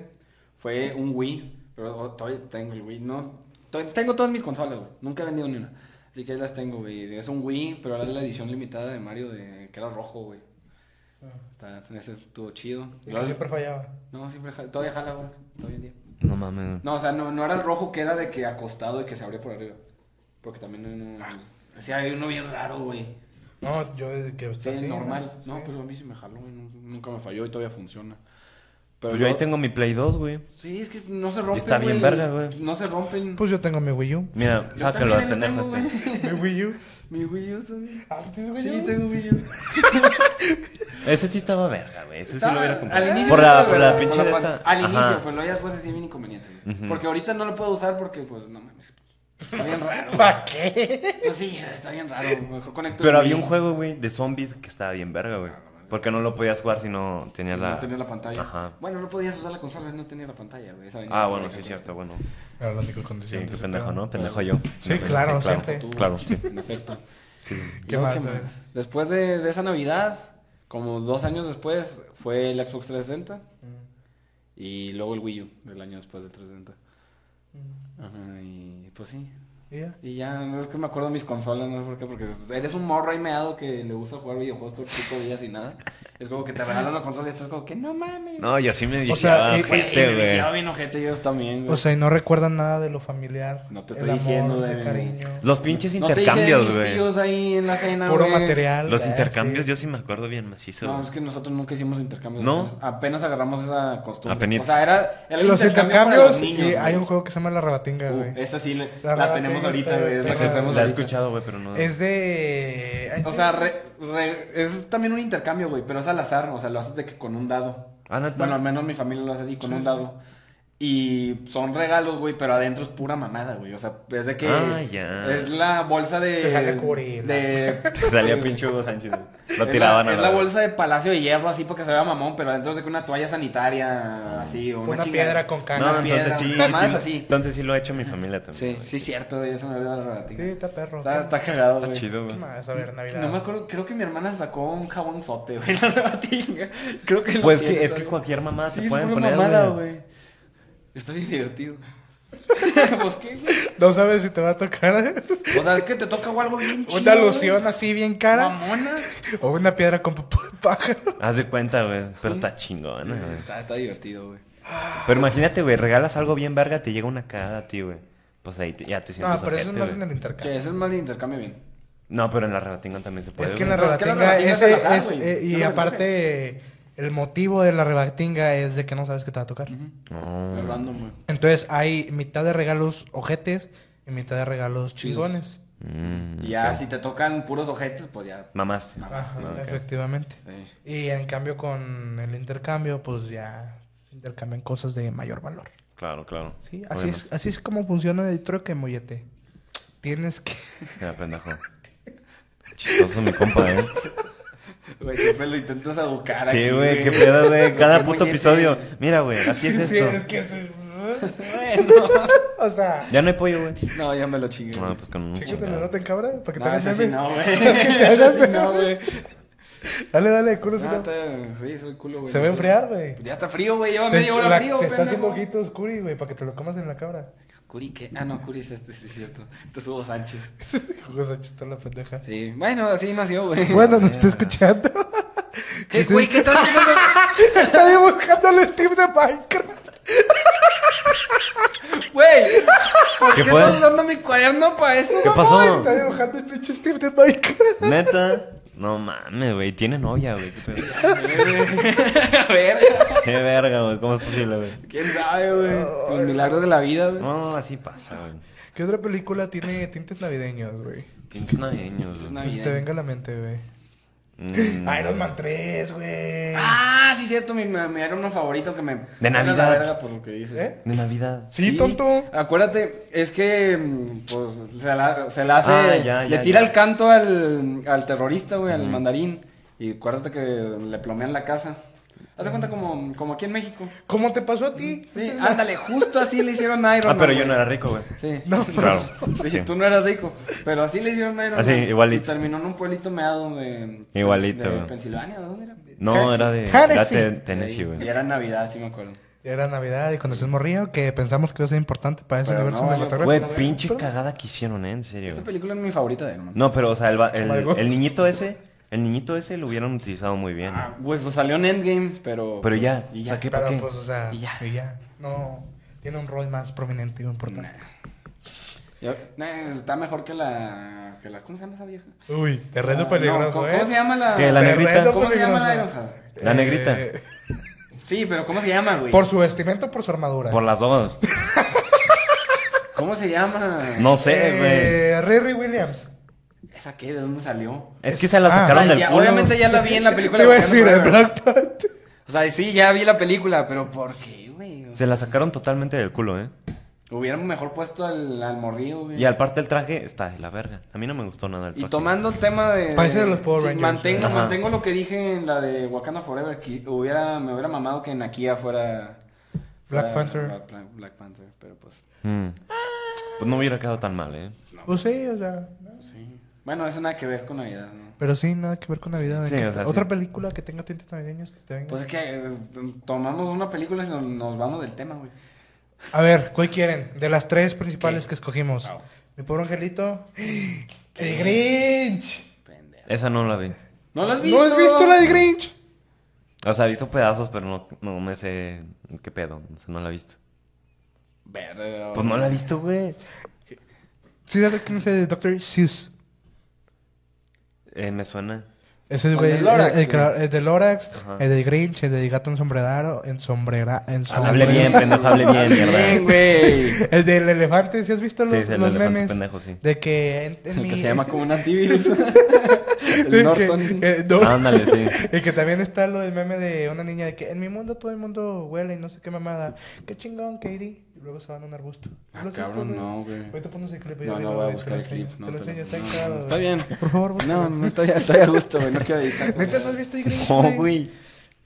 Speaker 2: fue un Wii. Pero o- todavía tengo el Wii, ¿no? to- Tengo todas mis consolas, güey. Nunca he vendido ni una. Así que ahí las tengo, güey. Es un Wii, pero ahora es la edición limitada de Mario, de, que era rojo, güey. Está- Ese estuvo chido.
Speaker 1: Ah. Y que
Speaker 2: Luego-
Speaker 1: siempre fallaba.
Speaker 2: No, siempre jala- todavía jala, güey. Todavía en día.
Speaker 3: No mames, güey.
Speaker 2: No, o sea, no, no era el rojo que era de que acostado y que se abría por arriba. Porque también no...
Speaker 1: Ah.
Speaker 2: no- Sí, hay uno bien raro, güey.
Speaker 1: No, yo desde que
Speaker 2: Sí,
Speaker 1: así,
Speaker 2: normal.
Speaker 1: ¿no?
Speaker 2: No, pues.
Speaker 1: Sí.
Speaker 2: pero a mí se me jaló, güey. nu- Nunca me falló y todavía funciona. Pero
Speaker 3: pues yo ahí tengo mi Play 2, güey.
Speaker 2: Sí, es que no se rompen.
Speaker 3: Está bien verga, güey.
Speaker 2: No se rompen.
Speaker 1: Pues yo tengo mi Wii U.
Speaker 3: Mira,
Speaker 2: Yo
Speaker 3: sácalo al
Speaker 2: también
Speaker 3: pendejo
Speaker 2: lo tengo,
Speaker 3: este.
Speaker 2: güey.
Speaker 1: Mi Wii U.
Speaker 2: (laughs) Mi Wii U también.
Speaker 1: Ah, ¿tú tienes Wii U?
Speaker 2: Sí, tengo Wii U.
Speaker 3: Ese sí estaba verga, güey. Ese sí lo hubiera comprado.
Speaker 2: Al inicio
Speaker 3: por
Speaker 2: estaba
Speaker 3: la, por la
Speaker 2: verga,
Speaker 3: pinche
Speaker 2: con
Speaker 3: de
Speaker 2: pan-
Speaker 3: esta.
Speaker 2: Al
Speaker 3: Ajá.
Speaker 2: inicio, pues lo ya después es bien inconveniente. güey.
Speaker 3: Ujú.
Speaker 2: Porque ahorita no lo puedo usar porque, pues, no mames. Está bien
Speaker 3: (laughs)
Speaker 2: raro. güey.
Speaker 1: ¿Para qué?
Speaker 2: Pues sí, está bien raro. güey. Mejor conecto.
Speaker 3: Pero
Speaker 2: el
Speaker 3: había
Speaker 2: Wii.
Speaker 3: un juego, güey, de zombies que estaba bien verga, güey. Porque no lo podías jugar si no
Speaker 2: Sí,
Speaker 3: tenías
Speaker 2: no
Speaker 3: la... Ah,
Speaker 2: tenía la pantalla.
Speaker 3: Ajá.
Speaker 2: Bueno, no podías usar la consola, no tenía la pantalla, güey. esa venía
Speaker 3: Ah,
Speaker 2: con
Speaker 3: bueno,
Speaker 2: la
Speaker 3: sí,
Speaker 2: consola.
Speaker 3: cierto, bueno.
Speaker 1: Era la única
Speaker 3: Sí,
Speaker 1: condición.
Speaker 3: qué
Speaker 1: de ese
Speaker 3: pendejo,
Speaker 1: pedo.
Speaker 3: ¿no? Pendejo yo.
Speaker 1: Sí, claro, siempre.
Speaker 2: Tú,
Speaker 3: Claro, sí.
Speaker 2: En efecto.
Speaker 1: ¿Qué
Speaker 2: Yo,
Speaker 1: más,
Speaker 2: ¿qué
Speaker 1: güey?
Speaker 2: más? Después de, de esa Navidad, como dos años después, fue el Xbox 360 y luego el Wii U del año después del 360. Mm. Ajá, y pues sí.
Speaker 1: Y ya.
Speaker 2: Y ya, no es que me acuerdo de mis consolas, no sé por qué, porque eres un morro ahí meado que le gusta jugar videojuegos todo el puto día sin nada. Es como que te regalan la consola y estás como que no mames.
Speaker 3: No, yo sí me
Speaker 1: sea,
Speaker 3: viciaba,
Speaker 1: eh,
Speaker 2: Güey, me
Speaker 3: gente, güey.
Speaker 2: viciaba bien ojete, ellos también, güey.
Speaker 1: O sea, y no recuerdan nada de lo familiar.
Speaker 2: No te
Speaker 1: el
Speaker 2: estoy
Speaker 1: amor,
Speaker 2: diciendo de-
Speaker 1: el cariño.
Speaker 3: Los pinches
Speaker 2: no te dije de
Speaker 3: intercambios,
Speaker 2: mis
Speaker 3: güey.
Speaker 2: tíos ahí en la cena,
Speaker 1: Puro
Speaker 2: güey.
Speaker 1: material.
Speaker 3: Los
Speaker 1: Ah,
Speaker 3: intercambios,
Speaker 1: sí.
Speaker 3: yo sí me acuerdo bien macizo.
Speaker 2: No,
Speaker 3: güey.
Speaker 2: es que nosotros nunca hicimos intercambios.
Speaker 3: ¿No?
Speaker 2: Apenas, apenas agarramos esa costumbre.
Speaker 3: Apenitas.
Speaker 2: O sea, era, era el
Speaker 1: Los
Speaker 2: intercambio para
Speaker 1: intercambios.
Speaker 2: los niños,
Speaker 1: y hay
Speaker 2: güey.
Speaker 1: un juego que se llama La Rebatinga,
Speaker 2: Uh,
Speaker 1: güey.
Speaker 2: esa sí le-
Speaker 1: La
Speaker 2: la,
Speaker 1: verdad
Speaker 2: tenemos
Speaker 1: que
Speaker 2: ahorita,
Speaker 1: está-
Speaker 2: güey. Es la que
Speaker 1: Esa-
Speaker 2: hacemos
Speaker 3: La he
Speaker 2: ahorita.
Speaker 3: escuchado, güey, pero no...
Speaker 1: Es de. ay,
Speaker 2: O sea, re- re- es también un intercambio, güey, pero es al azar. O sea, lo haces de que con un dado.
Speaker 3: Ah, ¿neta?
Speaker 2: Bueno, al menos mi familia lo hace así, con
Speaker 1: Sí,
Speaker 2: un
Speaker 1: sí.
Speaker 2: dado. Y son regalos, güey, pero adentro es pura mamada, güey. O sea, es de que.
Speaker 3: Ah, ya.
Speaker 2: Es la bolsa de.
Speaker 1: Te sale a cubrir, ¿no?
Speaker 2: De.
Speaker 3: Te (laughs) salía pinche Hugo Sánchez, güey. Lo
Speaker 2: Es
Speaker 3: tiraban
Speaker 2: la,
Speaker 3: a
Speaker 2: es la bolsa de Palacio de Hierro, así porque se vea mamón, pero adentro es de que una toalla sanitaria, así, o una,
Speaker 1: Una
Speaker 2: chingada.
Speaker 1: piedra con cana.
Speaker 3: No,
Speaker 2: una
Speaker 3: entonces sí,
Speaker 2: piedra. Más
Speaker 3: sí,
Speaker 2: así.
Speaker 3: entonces sí lo ha hecho mi familia también.
Speaker 2: Sí,
Speaker 3: güey.
Speaker 2: sí, cierto, güey, eso me olvidó la
Speaker 1: Sí,
Speaker 2: rebatinga.
Speaker 1: está perro.
Speaker 2: está, está cagado,
Speaker 3: Está
Speaker 2: güey.
Speaker 3: chido,
Speaker 1: ¿Qué
Speaker 3: güey.
Speaker 1: más? A ver, Navidad.
Speaker 2: No me acuerdo, creo que mi hermana sacó un jabón sote, güey, (laughs) la rebatinga. Creo que lo
Speaker 3: Pues que,
Speaker 2: tiene
Speaker 3: es que
Speaker 2: todavía.
Speaker 3: cualquier mamá
Speaker 2: Sí,
Speaker 3: se
Speaker 2: es
Speaker 3: pueden
Speaker 2: una
Speaker 3: poner,
Speaker 2: mamada,
Speaker 3: güey.
Speaker 2: güey. Está bien divertido. (laughs) pues qué, güey.
Speaker 1: No sabes si te va a tocar ¿eh?
Speaker 2: O sea, es que te toca algo bien chido.
Speaker 1: una
Speaker 2: güey.
Speaker 1: alusión así bien cara
Speaker 2: Mamona.
Speaker 1: o una piedra con (laughs) pa- pa- pájaro.
Speaker 3: Haz de cuenta, güey. Pero está chingona, güey.
Speaker 2: Está, está divertido, güey.
Speaker 3: Pero imagínate, güey, regalas algo bien verga, te llega una cagada a ti, güey. Pues ahí te- ya te sientes
Speaker 1: No, pero eso es
Speaker 3: ojete,
Speaker 1: más
Speaker 3: güey.
Speaker 1: en el intercambio.
Speaker 2: Que ese es mal intercambio bien.
Speaker 3: No, pero en la rebatinga también se puede,
Speaker 1: Es que en la
Speaker 3: güey.
Speaker 2: Pero es que la
Speaker 1: rebatinga
Speaker 2: rebatinga es
Speaker 1: ese
Speaker 2: al azar,
Speaker 1: es-
Speaker 2: güey.
Speaker 1: eh,
Speaker 2: Es
Speaker 1: y
Speaker 2: lo que
Speaker 1: aparte el motivo de la rebatinga es de que no sabes qué te va a tocar.
Speaker 3: No.
Speaker 2: Es random, güey.
Speaker 1: Entonces hay mitad de regalos ojetes y mitad de regalos chingones.
Speaker 3: Mm,
Speaker 2: Y ya,
Speaker 3: ok.
Speaker 2: si te tocan puros ojetes, pues ya. eh,
Speaker 3: Mamás.
Speaker 1: Ajá,
Speaker 3: Ah, ok.
Speaker 1: efectivamente.
Speaker 2: sí.
Speaker 1: Y en cambio con el intercambio pues ya se intercambian cosas de mayor valor.
Speaker 3: Claro, claro.
Speaker 1: Sí, así es, así es como funciona el trueque, mollete. Tienes que
Speaker 3: Obviamente. Ya, pendejo. Chistoso mi compa, eh.
Speaker 2: Güey, siempre lo intentas educar.
Speaker 3: Sí,
Speaker 2: aquí,
Speaker 3: güey, qué
Speaker 2: (laughs)
Speaker 3: pedo, güey. Cada
Speaker 2: Qué
Speaker 3: puto
Speaker 2: mollete.
Speaker 3: episodio. Mira, güey, (laughs)
Speaker 1: (laughs)
Speaker 3: así es
Speaker 1: Sí, es
Speaker 3: esto.
Speaker 1: que se-
Speaker 2: Bueno.
Speaker 1: (laughs) o sea,
Speaker 3: Ya no hay pollo, güey.
Speaker 2: No, ya me lo chingué.
Speaker 3: No, pues con un
Speaker 1: chícate la
Speaker 3: chingado.
Speaker 1: nota en cabra para que
Speaker 2: No,
Speaker 1: te hagas
Speaker 2: ese sí
Speaker 1: memes. (laughs)
Speaker 2: no, güey. (laughs)
Speaker 1: que te
Speaker 2: Ese
Speaker 1: hagas
Speaker 2: sí
Speaker 1: memes.
Speaker 2: no, güey.
Speaker 1: Dale, dale, culo, si (laughs)
Speaker 2: No,
Speaker 1: no.
Speaker 2: Ah, está- Sí, soy culo, güey.
Speaker 1: Se va a enfriar, güey.
Speaker 2: Ya está frío, güey. Lleva
Speaker 1: Te-
Speaker 2: media hora
Speaker 1: la-
Speaker 2: frío,
Speaker 1: Te está haciendo
Speaker 2: pendejo.
Speaker 1: ojito oscuri, güey, para que te lo comas en la cabra.
Speaker 2: Curi, ¿qué? Ah, no, Curi es este, sí, es cierto. Este es Hugo Sánchez.
Speaker 1: Hijo, esa chista la pendeja.
Speaker 2: Sí, bueno, así nació, güey.
Speaker 1: Bueno, nos está escuchando.
Speaker 2: (laughs)
Speaker 1: (laughs)
Speaker 2: ¿Qué, güey? ¿Qué tal?
Speaker 1: Está dibujando el Steam de Minecraft.
Speaker 2: Güey, ¿por
Speaker 3: ¿Qué
Speaker 2: qué,
Speaker 3: fue?
Speaker 2: estás usando mi cuaderno para eso?
Speaker 3: ¿Qué
Speaker 2: mamá?
Speaker 3: pasó?
Speaker 1: Está dibujando el pinche Steam de Minecraft.
Speaker 3: Neta. No mames, güey. Tiene novia, güey. Qué pedo.
Speaker 2: (laughs) A ver,
Speaker 3: Qué verga, güey. ¿Cómo es posible, güey?
Speaker 2: quién sabe, güey. Los milagros de la vida, güey.
Speaker 3: No, así pasa, güey.
Speaker 1: ¿Qué otra película tiene tintes navideños, güey?
Speaker 3: Tintes navideños,
Speaker 2: Es
Speaker 3: güey.
Speaker 1: Que se te
Speaker 2: Navidad.
Speaker 1: venga a la mente, güey. Ah,
Speaker 3: Mm.
Speaker 1: Iron Man 3, güey.
Speaker 2: Ah, sí, cierto, mi, mi era uno favorito que me.
Speaker 3: De
Speaker 2: me da
Speaker 3: Navidad.
Speaker 2: La verga por lo que dices.
Speaker 1: ¿Eh?
Speaker 3: De Navidad.
Speaker 1: Sí, tonto.
Speaker 2: Acuérdate, es que mm, pues se la, se la hace.
Speaker 3: Ah, ya,
Speaker 2: le
Speaker 3: ya,
Speaker 2: tira
Speaker 3: ya.
Speaker 2: el canto al, al terrorista, güey, al mandarín. Y acuérdate que le plomean la casa. Hace cuenta como, como aquí en México.
Speaker 1: ¿Cómo te pasó a ti?
Speaker 2: Sí, ándale, justo así le hicieron a Iron
Speaker 3: Ah, pero
Speaker 2: Man,
Speaker 3: yo no
Speaker 2: güey.
Speaker 3: era rico, güey.
Speaker 2: Sí.
Speaker 1: No,
Speaker 3: Claro.
Speaker 2: Sí,
Speaker 3: Sí.
Speaker 2: (laughs) tú no eras rico, pero así le hicieron a Iron
Speaker 3: Así,
Speaker 2: Man,
Speaker 3: igualito.
Speaker 2: Y terminó en un pueblito meado de... De
Speaker 3: Igualito, güey.
Speaker 2: Pensilvania, ¿de ¿dónde era?
Speaker 3: No, era de,
Speaker 1: Tennessee.
Speaker 3: era de
Speaker 2: Ahí.
Speaker 3: Tennessee,
Speaker 2: Y
Speaker 3: güey.
Speaker 2: era Navidad, sí me acuerdo.
Speaker 1: Era Navidad y conocí un morrillo que pensamos que iba a ser importante para ese
Speaker 2: Pero
Speaker 1: universo
Speaker 2: no, yo-
Speaker 1: cinematográfico.
Speaker 3: Güey, pinche cagada que hicieron, ¿eh? En serio.
Speaker 2: Esta película es mi favorita de Iron Man.
Speaker 3: No, pero, o sea, el, va- el,
Speaker 1: Algo.
Speaker 3: el niñito ese, el niñito ese lo hubieran utilizado muy bien.
Speaker 2: Ah, güey, pues salió en Endgame, pero... pues,
Speaker 3: Pero ya,
Speaker 2: y
Speaker 3: o sea, ¿qué
Speaker 1: Pero
Speaker 3: para qué?
Speaker 1: pues, o sea,
Speaker 2: Y
Speaker 1: y
Speaker 2: ya.
Speaker 1: ya. No, tiene un rol más prominente y
Speaker 2: Nah.
Speaker 1: importante.
Speaker 2: Yo- nah, eh, está mejor que la, que la... ¿Cómo se llama esa vieja?
Speaker 1: Uy, terreno
Speaker 2: Ah, no,
Speaker 1: peligroso,
Speaker 2: ¿cómo,
Speaker 1: ¿eh?
Speaker 2: cómo se llama la...?
Speaker 3: ¿Qué, la
Speaker 1: Terreno
Speaker 3: negrita?
Speaker 2: ¿Cómo se llama la
Speaker 1: peligroso.
Speaker 2: Ironhide?
Speaker 3: La negrita.
Speaker 1: Eh,
Speaker 2: Sí, pero ¿cómo se llama, güey?
Speaker 1: Por su vestimenta o por su armadura.
Speaker 3: Por las dos.
Speaker 2: ¿Cómo se llama? (laughs)
Speaker 3: No sé, güey.
Speaker 1: Eh, Riri Williams.
Speaker 2: ¿Esa qué? ¿De dónde salió?
Speaker 3: Es que se la
Speaker 1: Ah,
Speaker 3: sacaron
Speaker 2: Ay,
Speaker 3: del
Speaker 2: ya-
Speaker 3: culo.
Speaker 2: obviamente ya la vi en la
Speaker 1: (laughs)
Speaker 2: película.
Speaker 1: Te iba a
Speaker 2: de
Speaker 1: decir,
Speaker 2: Wakanda
Speaker 1: el
Speaker 2: Forever.
Speaker 1: Black Panther.
Speaker 2: O sea, sí, ya vi la película, pero ¿por qué, güey? O sea,
Speaker 3: Se la sacaron totalmente del culo, ¿eh?
Speaker 2: hubieran mejor puesto al, al morrillo, güey.
Speaker 3: Y al parte del traje está de la verga. A mí no me gustó nada el
Speaker 2: Y
Speaker 3: traje.
Speaker 2: tomando el tema de.
Speaker 1: Parece de los Power Rangers,
Speaker 2: Mantengo,
Speaker 3: güey. ¿eh? Ajá.
Speaker 2: mantengo lo que dije en la de Wakanda Forever. Que hubiera, me hubiera mamado que Nakia fuera.
Speaker 1: Black
Speaker 2: fuera
Speaker 1: Panther.
Speaker 2: Black, Black- Black Panther, pero pues.
Speaker 3: Mm. Pues no hubiera quedado tan mal, ¿eh?
Speaker 1: Pues sí, o sea. ¿no?
Speaker 2: pues Sí. Bueno, eso nada que ver con Navidad, ¿no?
Speaker 1: Pero sí, nada que ver con Navidad.
Speaker 3: Sí,
Speaker 1: ¿de qué-
Speaker 3: o sea, sí.
Speaker 1: Otra película que tenga tintes navideños que te venga.
Speaker 2: Pues es que eh, tomamos una película y nos, nos vamos del tema, güey.
Speaker 1: A ver, ¿cuál quieren? De las tres principales que escogimos.
Speaker 2: Au.
Speaker 1: Mi pobre
Speaker 2: (gasps)
Speaker 1: angelito. El Grinch.
Speaker 2: Pendejo.
Speaker 3: Esa no la vi.
Speaker 2: ¿No la has visto?
Speaker 1: ¿No has visto la de Grinch?
Speaker 3: O sea, he visto pedazos, pero no, no me sé qué pedo. O sea, no la he visto.
Speaker 2: Verga.
Speaker 3: Pues no la he visto, güey.
Speaker 1: Sí, de de Dr. Seuss.
Speaker 3: Eh, me suena.
Speaker 1: Ese
Speaker 2: Con
Speaker 1: güey,
Speaker 2: el
Speaker 1: el,
Speaker 2: Lorax,
Speaker 1: el,
Speaker 2: güey.
Speaker 1: el de Lorax,
Speaker 3: Ajá.
Speaker 1: el de Grinch, el de Gato ensombrerado, ensombrera,
Speaker 3: Hable
Speaker 1: ensombrero.
Speaker 3: Ah, bien, pendejo, hable bien,
Speaker 2: Ah, Bien,
Speaker 3: mierda.
Speaker 2: güey.
Speaker 1: (laughs) El del elefante, ¿sí has visto los,
Speaker 3: Sí, sí, el
Speaker 1: los
Speaker 3: elefante
Speaker 1: memes?
Speaker 3: pendejo, sí.
Speaker 1: De que en, en
Speaker 2: El
Speaker 1: mi-
Speaker 2: que se llama como un
Speaker 1: (laughs)
Speaker 2: antivirus.
Speaker 1: de
Speaker 2: el
Speaker 1: que-
Speaker 2: Norton.
Speaker 1: eh, no.
Speaker 2: (laughs)
Speaker 3: Ándale, sí.
Speaker 1: Y que también está lo del meme de una niña de que en mi mundo todo el mundo huele y no sé qué mamada. Qué chingón, Katie. Y luego se van a un arbusto.
Speaker 2: Ah,
Speaker 1: ¿Lo has
Speaker 2: cabrón,
Speaker 1: visto, güey?
Speaker 2: no, güey.
Speaker 1: Ahorita pones el clip. ahí
Speaker 2: No,
Speaker 1: arriba,
Speaker 2: no voy a
Speaker 1: güey, te
Speaker 2: buscar
Speaker 1: lo
Speaker 2: el clip.
Speaker 1: enseño,
Speaker 2: no
Speaker 1: Te lo
Speaker 2: te lo-
Speaker 1: enseño, está
Speaker 2: no,
Speaker 1: cagado,
Speaker 2: no,
Speaker 1: güey.
Speaker 2: Está bien.
Speaker 1: Por favor,
Speaker 2: No,
Speaker 1: búscalo.
Speaker 2: no estoy, estoy a gusto, güey. No quiero editar. güey.
Speaker 1: Pues, (laughs) ¿Neta no has visto el Grinch?
Speaker 3: No, güey.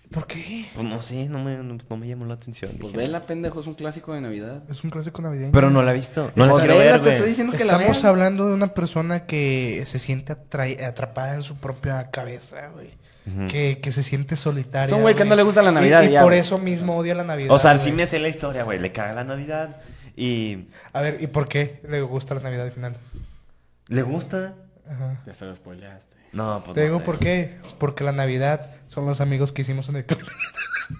Speaker 1: ¿Por qué?
Speaker 3: Pues no sé, no me, no, no me llamó la atención.
Speaker 2: Pues
Speaker 3: Dije,
Speaker 2: vela, pendejo, es un clásico de Navidad.
Speaker 1: Es un clásico navideño.
Speaker 3: Pero no la he visto. No la
Speaker 2: Pues
Speaker 3: quiero
Speaker 2: vela,
Speaker 3: ver,
Speaker 2: te estoy
Speaker 3: güey.
Speaker 2: diciendo que la
Speaker 1: Estamos
Speaker 2: veas.
Speaker 1: hablando de una persona que se siente atrai- atrapada en su propia cabeza, güey.
Speaker 3: Ujú.
Speaker 1: que, que se siente solitaria.
Speaker 2: Es un güey que no le gusta la
Speaker 1: Y-
Speaker 2: Navidad,
Speaker 1: Y,
Speaker 2: ya,
Speaker 1: por
Speaker 2: güey.
Speaker 1: eso mismo odia la Navidad.
Speaker 3: O sea, sí
Speaker 1: güey.
Speaker 3: me sé la historia, güey. Le caga la Navidad y
Speaker 1: A ver, ¿y por qué le gusta la Navidad al final?
Speaker 3: le gusta.
Speaker 1: Ajá.
Speaker 2: Ya se lo spoileaste.
Speaker 3: No, pues
Speaker 1: Te
Speaker 3: no
Speaker 1: digo
Speaker 3: sé.
Speaker 1: por qué. Porque la Navidad son los amigos que hicimos en el (laughs) club.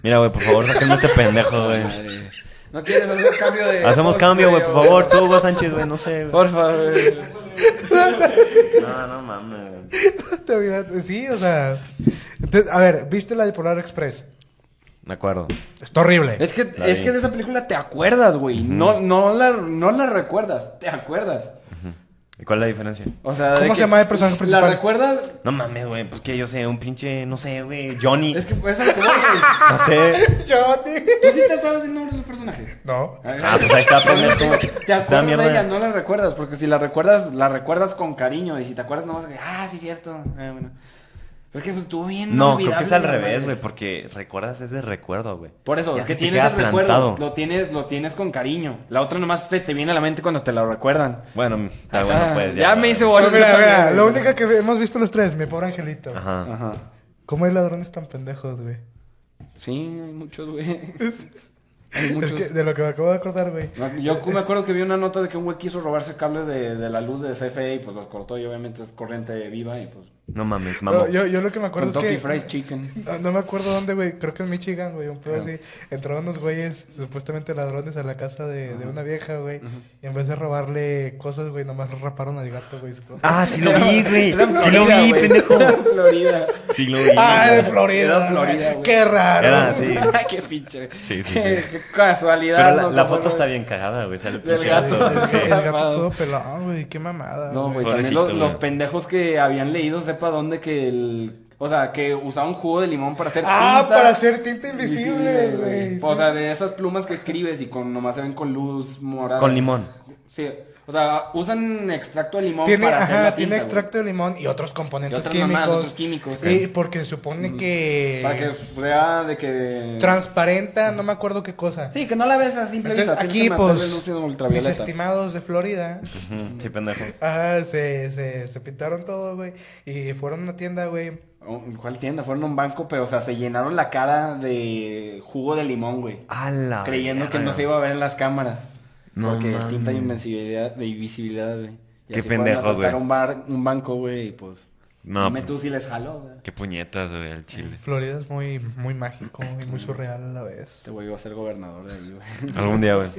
Speaker 3: Mira, güey, por favor, sáquenme a este pendejo,
Speaker 2: (laughs)
Speaker 3: güey.
Speaker 2: Madre. ¿No quieres hacer cambio de.?
Speaker 3: Hacemos
Speaker 2: host,
Speaker 3: cambio, güey, por favor. Tú, Hugo Sánchez, güey, no sé,
Speaker 2: (laughs)
Speaker 3: güey.
Speaker 2: Por favor.
Speaker 3: No, no mames, güey.
Speaker 1: Navidad, Eh, sí, o sea. Entonces, a ver, ¿viste la de Polar Express?
Speaker 3: Me acuerdo.
Speaker 1: Está horrible.
Speaker 2: Es que,
Speaker 3: La
Speaker 2: es
Speaker 3: vi.
Speaker 2: que de esa película te acuerdas, güey. No, no, la, no la recuerdas, te acuerdas.
Speaker 3: ¿Y cuál es la diferencia?
Speaker 2: O sea,
Speaker 1: ¿Cómo
Speaker 2: de
Speaker 1: se
Speaker 2: que-
Speaker 1: llama el personaje
Speaker 2: ¿La
Speaker 1: principal?
Speaker 2: recuerdas?
Speaker 3: No mames, güey, pues que yo sé, un pinche, no sé, güey, Johnny.
Speaker 2: Es que por eso lo que voy, güey.
Speaker 3: No sé.
Speaker 1: (laughs) Yo, tío.
Speaker 2: ¿Tú sí te sabes el nombre del personaje?
Speaker 1: No.
Speaker 3: Ah, pues ahí está,
Speaker 2: (laughs)
Speaker 3: pendejo.
Speaker 2: Te
Speaker 3: Está
Speaker 2: acuerdas de
Speaker 3: mierda.
Speaker 2: ella, no la recuerdas, porque si la recuerdas, la recuerdas con cariño, y si te acuerdas nomás que, ah, sí, cierto, ah, bueno. Pero es que pues estuvo bien
Speaker 3: No, creo que es al
Speaker 2: olvidable,
Speaker 3: revés, güey,
Speaker 2: madres.
Speaker 3: porque recuerdas es de recuerdo, güey.
Speaker 2: Por eso,
Speaker 3: Ya
Speaker 2: que
Speaker 3: se te
Speaker 2: tienes
Speaker 3: queda
Speaker 2: el recuerdo,
Speaker 3: plantado.
Speaker 2: lo tienes, lo tienes con cariño. La otra nomás se te viene a la mente cuando te la recuerdan.
Speaker 3: Bueno, está bueno,
Speaker 2: Ah,
Speaker 3: pues.
Speaker 2: ya me hice
Speaker 3: güey.
Speaker 2: bolas.
Speaker 1: No, mira,
Speaker 2: yo también,
Speaker 1: mira,
Speaker 2: güey.
Speaker 1: lo único que hemos visto los tres, mi pobre angelito.
Speaker 3: Ajá.
Speaker 2: Ajá.
Speaker 1: ¿Cómo hay ladrones tan pendejos, güey?
Speaker 2: Sí, hay muchos,
Speaker 3: (laughs)
Speaker 2: güey. Hay
Speaker 1: Es
Speaker 2: muchos.
Speaker 1: que de lo que me acabo de acordar, güey.
Speaker 2: Yo me acuerdo que vi una nota de que un güey quiso robarse cables de, de la luz de CFE y pues los cortó y obviamente es corriente viva y pues...
Speaker 3: No mames,
Speaker 1: No,
Speaker 3: mamá.
Speaker 1: yo, yo lo que me acuerdo
Speaker 2: Kentucky
Speaker 1: es que.
Speaker 2: Fried Chicken.
Speaker 1: No, no me acuerdo dónde, güey. Creo que en Michigan, güey. Un pedo
Speaker 2: Ajá.
Speaker 1: así. Entraron unos güeyes, supuestamente ladrones, a la casa de, de una vieja, güey. Y en vez de robarle cosas, güey, nomás raparon al gato, güey. Se-
Speaker 3: Ah, sí
Speaker 2: (laughs)
Speaker 3: lo vi, güey.
Speaker 2: Era en
Speaker 3: Sí lo
Speaker 2: Florida,
Speaker 3: vi,
Speaker 2: güey.
Speaker 3: pendejo.
Speaker 2: Era en Florida.
Speaker 3: Sí lo vi.
Speaker 1: Ah, era de
Speaker 3: güey.
Speaker 1: Florida.
Speaker 2: Era de Florida,
Speaker 1: güey.
Speaker 2: güey.
Speaker 1: Qué raro.
Speaker 3: Era,
Speaker 2: (laughs)
Speaker 3: Ah, sí.
Speaker 2: Qué pinche.
Speaker 3: Sí, sí, sí.
Speaker 2: Qué, qué casualidad.
Speaker 3: Pero la,
Speaker 2: ¿no?
Speaker 3: la
Speaker 2: Como,
Speaker 3: foto está
Speaker 2: güey.
Speaker 3: bien cagada, güey. Sale el
Speaker 2: Del
Speaker 3: pinche
Speaker 2: gato.
Speaker 3: güey.
Speaker 1: El
Speaker 2: (laughs)
Speaker 1: gato
Speaker 2: Rapado.
Speaker 1: todo pelado, güey. Qué mamada.
Speaker 2: No, güey, también
Speaker 3: Pobrecito,
Speaker 2: los, los
Speaker 3: güey.
Speaker 2: pendejos que habían leído, sepa dónde que el... O sea, que usaban jugo de limón para hacer
Speaker 1: Ah,
Speaker 2: tinta
Speaker 1: para hacer tinta invisible, güey. sí.
Speaker 2: O sea, de esas plumas que escribes y con nomás se ven con luz morada.
Speaker 3: Con limón.
Speaker 2: Sí, o sea, usan extracto de limón
Speaker 1: tiene,
Speaker 2: para hacer
Speaker 1: ajá,
Speaker 2: la tinta,
Speaker 1: tiene
Speaker 2: güey.
Speaker 1: extracto de limón y otros componentes
Speaker 2: Y otras
Speaker 1: químicos.
Speaker 2: mamadas, otros químicos.
Speaker 1: Y porque se supone que.
Speaker 2: Para que sea de que...
Speaker 1: Transparenta, no me acuerdo qué cosa.
Speaker 2: Sí, que no la ves a simple
Speaker 1: Entonces,
Speaker 2: vista.
Speaker 1: aquí, pues, mis
Speaker 2: ultravioleta.
Speaker 1: estimados de Florida,
Speaker 3: Ujú, Sí, pendejo.
Speaker 1: ah, se, se, se pintaron todo, güey, y fueron a una tienda, güey.
Speaker 2: Oh, ¿Cuál tienda? Fueron a un banco, pero, o sea, se llenaron la cara de jugo de limón, güey.
Speaker 3: A la
Speaker 2: creyendo que
Speaker 3: Ah, verga.
Speaker 2: no se iba a ver en las cámaras.
Speaker 3: No
Speaker 2: porque
Speaker 3: mames.
Speaker 2: tinta de invisibilidad, de invisibilidad, güey. Y
Speaker 3: Qué
Speaker 2: así fueron a
Speaker 3: pendejos,
Speaker 2: asaltar
Speaker 3: güey.
Speaker 2: un, bar, un banco, güey, y pues...
Speaker 3: No,
Speaker 2: dime
Speaker 3: pues.
Speaker 2: tú si les jaló, güey.
Speaker 3: Qué puñetas, güey, el chile.
Speaker 1: Florida es muy, muy mágico y muy surreal a la vez.
Speaker 2: Este güey (laughs) iba a ser gobernador de ahí, güey.
Speaker 3: Algún día, güey.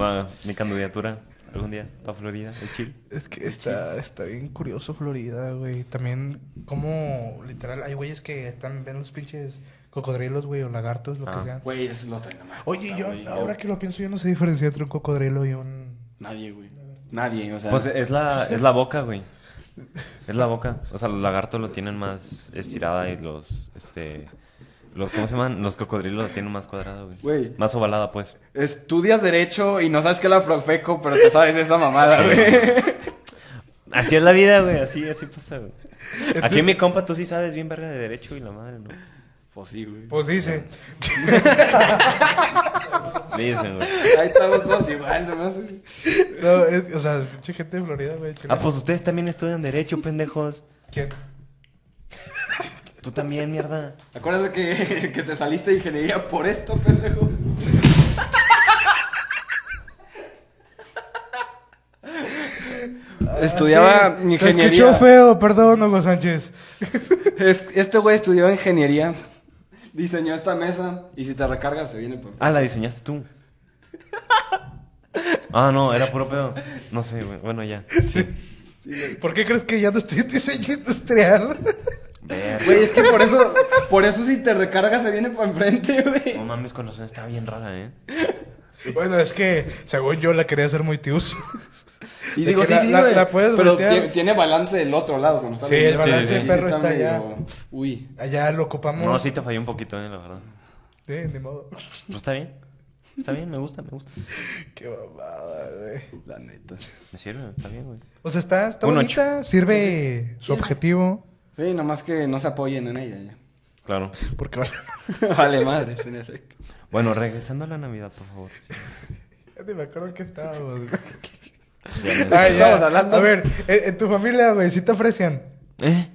Speaker 3: Va, mi candidatura. algún día para Florida, de Chile.
Speaker 1: Es que está, está bien curioso Florida, güey. También, como literal, hay güeyes que están, ven los pinches cocodrilos, güey, o lagartos, lo
Speaker 3: Ah.
Speaker 1: que sea.
Speaker 2: Güey, eso lo traen más.
Speaker 1: Oye, yo, ahora que lo pienso, yo no sé diferenciar entre un cocodrilo y un.
Speaker 2: Nadie, güey. Nadie, o sea.
Speaker 3: Pues es la, es la boca, güey. Es la boca. O sea, los lagartos lo tienen más estirada y los, este... Los, ¿Cómo se llaman? Los cocodrilos lo tienen más cuadrada, güey.
Speaker 2: Güey.
Speaker 3: Más ovalada, pues.
Speaker 2: Estudias Derecho y no sabes qué es la Profeco, pero te sabes esa mamada,
Speaker 3: Sí.
Speaker 2: güey.
Speaker 3: Así es la vida, güey. Así, así pasa, güey. Aquí mi compa, tú sí sabes bien verga de derecho y la madre, ¿no?
Speaker 2: Pues sí, güey.
Speaker 1: Pues dice.
Speaker 3: (laughs) Le dicen, güey.
Speaker 2: Ahí estamos todos igual, nomás. güey.
Speaker 1: No, es- o sea, pinche gente de Florida, güey. chile.
Speaker 3: Ah, pues ustedes también estudian derecho, pendejos.
Speaker 1: ¿Quién?
Speaker 3: Tú también, mierda.
Speaker 2: Acuérdate que, (laughs) que te saliste de ingeniería por esto, (laughs) pendejo. Estudiaba
Speaker 1: Ah, sí. Se escuchó
Speaker 2: ingeniería.
Speaker 1: feo, perdón, Hugo Sánchez.
Speaker 2: Es- este güey estudió ingeniería. Diseñó esta mesa y si te recargas se viene por.
Speaker 3: Ah, la diseñaste tú. Ah, no, era puro pedo. No sé, güey. Bueno, ya. Sí.
Speaker 1: ¿Por qué crees que ya no estoy en diseño (laughs) industrial?
Speaker 3: Verga.
Speaker 2: Ah. Güey, es que por eso, por eso si te recargas se viene por enfrente,
Speaker 3: No
Speaker 2: güey.
Speaker 3: mames, corazón, está bien rara, ¿eh?
Speaker 1: bueno, es que según yo la quería hacer muy tius. (laughs)
Speaker 2: Y
Speaker 1: De
Speaker 2: digo,
Speaker 1: que
Speaker 2: sí,
Speaker 1: la-
Speaker 2: sí,
Speaker 1: la-
Speaker 2: güey.
Speaker 1: la puedes
Speaker 2: Pero
Speaker 1: voltear.
Speaker 2: tie- tiene balance del otro lado. Cuando está
Speaker 1: Sí, el
Speaker 2: viendo.
Speaker 1: balance
Speaker 3: del
Speaker 1: perro está allá.
Speaker 2: medio- Uy.
Speaker 1: Allá lo ocupamos.
Speaker 3: No, sí te falló un poquito, ¿eh? La verdad.
Speaker 1: Sí, ni modo. (laughs)
Speaker 3: Pero está bien. Está bien, me gusta, me gusta.
Speaker 1: Qué babada, güey.
Speaker 2: La neta. (laughs)
Speaker 3: Me sirve, está bien, güey.
Speaker 1: O sea, está, está
Speaker 3: Un
Speaker 1: bonita, sirve su objetivo.
Speaker 2: Sí, nomás que no se apoyen en ella ya.
Speaker 3: Claro.
Speaker 1: Porque vale.
Speaker 2: (laughs)
Speaker 1: (laughs)
Speaker 2: vale madres, en efecto.
Speaker 3: Bueno, regresando a la Navidad, por favor.
Speaker 1: Ya ni me acuerdo que estábamos. güey.
Speaker 3: (laughs)
Speaker 2: Ah,
Speaker 1: Ah,
Speaker 2: ya.
Speaker 1: ya.
Speaker 2: Estamos hablando.
Speaker 1: A ver, en, en tu familia, güey, si te aprecian.
Speaker 3: ¿Eh?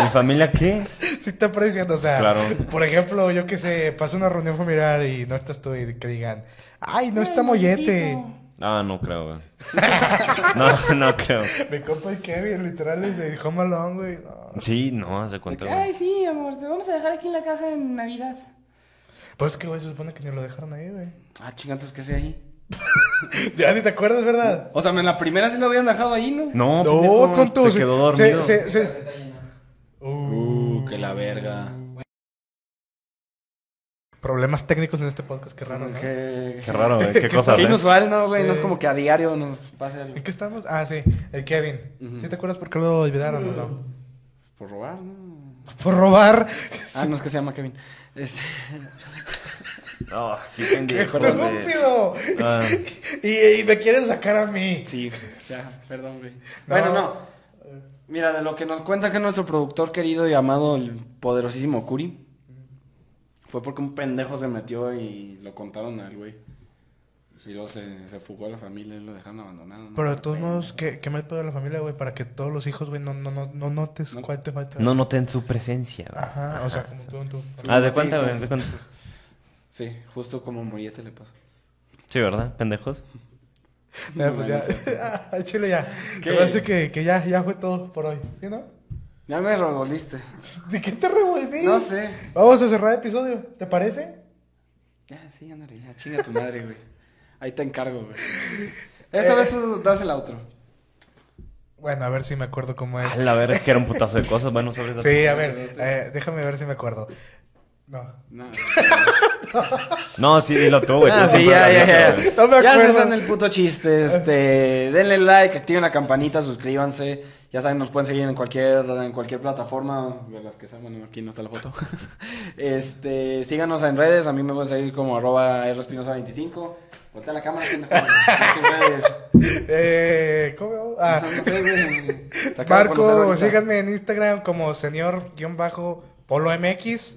Speaker 3: ¿Mi familia qué?
Speaker 1: Si te aprecian, o sea,
Speaker 3: Claro.
Speaker 1: por ejemplo, yo que sé, pasa una reunión familiar y no estás tú y que digan, ay, no está mollete.
Speaker 3: Ah, no creo, (laughs) güey. No, no creo.
Speaker 1: Mi compa Kevin, literal, es de Home Alone, güey. No.
Speaker 3: Sí, no, hace cuenta,
Speaker 4: Ay,
Speaker 3: güey.
Speaker 4: sí, amor, te vamos a dejar aquí en la casa en Navidad.
Speaker 1: Pues es que, güey, se supone que ni lo dejaron ahí, güey.
Speaker 2: Ah, chingados, ¿qué hace ahí?
Speaker 1: Ya ni te acuerdas, ¿verdad?
Speaker 2: O sea, en la primera sí lo habían dejado ahí, ¿no?
Speaker 3: No,
Speaker 1: No,
Speaker 3: pendejo,
Speaker 1: tonto.
Speaker 3: Se quedó dormido.
Speaker 1: se- se- Uh,
Speaker 2: Uh, que la verga.
Speaker 1: problemas técnicos en este podcast, qué raro, ¿no?
Speaker 2: Qué,
Speaker 3: Qué raro, güey.
Speaker 1: (laughs)
Speaker 3: Qué cosa,
Speaker 2: qué
Speaker 3: ¿eh?
Speaker 2: inusual, ¿no, güey? No es
Speaker 1: Eh.
Speaker 2: como que a diario nos pase algo.
Speaker 1: ¿En qué estamos? Ah, sí, el Kevin.
Speaker 2: Ujú.
Speaker 1: ¿Sí te acuerdas por qué lo olvidaron o no?
Speaker 2: Por robar, ¿no?
Speaker 1: Por robar.
Speaker 2: Ah, no es que se llama Kevin. Este,
Speaker 3: No, Ah, qué pendejo, güey.
Speaker 1: ¡Estúpido!
Speaker 3: Ah,
Speaker 1: Y, y me quieren sacar a mí.
Speaker 2: sí, (laughs) ya, perdón, güey.
Speaker 1: No.
Speaker 2: Bueno, no. Mira, de lo que nos cuenta que nuestro productor querido y amado, el poderosísimo Curi, fue porque un pendejo se metió y lo contaron al güey. Y luego se, se fugó a la familia y lo dejaron abandonado. ¿no?
Speaker 1: Pero de todos modos, ¿qué, qué mal pedo de la familia, güey? Para que todos los hijos, güey, no, no, no, no notes
Speaker 2: No.
Speaker 1: cuál te falta.
Speaker 3: no noten su presencia, güey.
Speaker 1: Ajá, o sea, como tú en tu...
Speaker 3: Ah, ¿de cuenta, güey? ¿De cuenta?
Speaker 2: Sí, justo como Mollete le pasó.
Speaker 3: Sí, ¿verdad? ¿Pendejos?
Speaker 1: Ya, pues ya. (laughs) Al chile ya. Me parece que, que ya, ya fue todo por hoy. ¿Sí, no?
Speaker 2: Ya me revoliste.
Speaker 1: ¿De qué te revolví?
Speaker 2: No sé.
Speaker 1: Vamos a cerrar el episodio. ¿Te parece?
Speaker 2: Ya, sí, ándale, ya, chinga tu madre, güey. Ahí te
Speaker 1: (laughs)
Speaker 2: encargo, güey.
Speaker 1: Eh.
Speaker 2: Esta vez tú das el outro.
Speaker 1: Bueno, a ver si me acuerdo cómo es.
Speaker 3: (laughs) A la verga, es que era un putazo de cosas. Bueno, sobre todo.
Speaker 1: Sí, a ver. eh, déjame ver si me acuerdo. No. (laughs)
Speaker 2: No.
Speaker 3: No, sí, dilo tú, güey. tú
Speaker 2: Ah, sí,
Speaker 3: siempre
Speaker 2: ya,
Speaker 3: hablas,
Speaker 2: ya,
Speaker 3: güey.
Speaker 2: ya.
Speaker 1: No me
Speaker 2: Ya se
Speaker 1: acuerdo.
Speaker 2: saben el puto chiste. Este, denle like, activen la campanita, suscríbanse. Ya saben, nos pueden seguir en cualquier, en cualquier plataforma de las que sea. Bueno, aquí no está la foto. (laughs) Este, síganos en redes. A mí me pueden seguir como arroba rspinosa25. Voltea la cámara.
Speaker 1: (laughs)
Speaker 2: pendejo. En redes.
Speaker 1: Eh, ¿Cómo? Ah.
Speaker 2: No sé, güey. Te acabo de conocer
Speaker 1: Marco,
Speaker 2: ahorita.
Speaker 1: síganme en Instagram como señor-polo mx.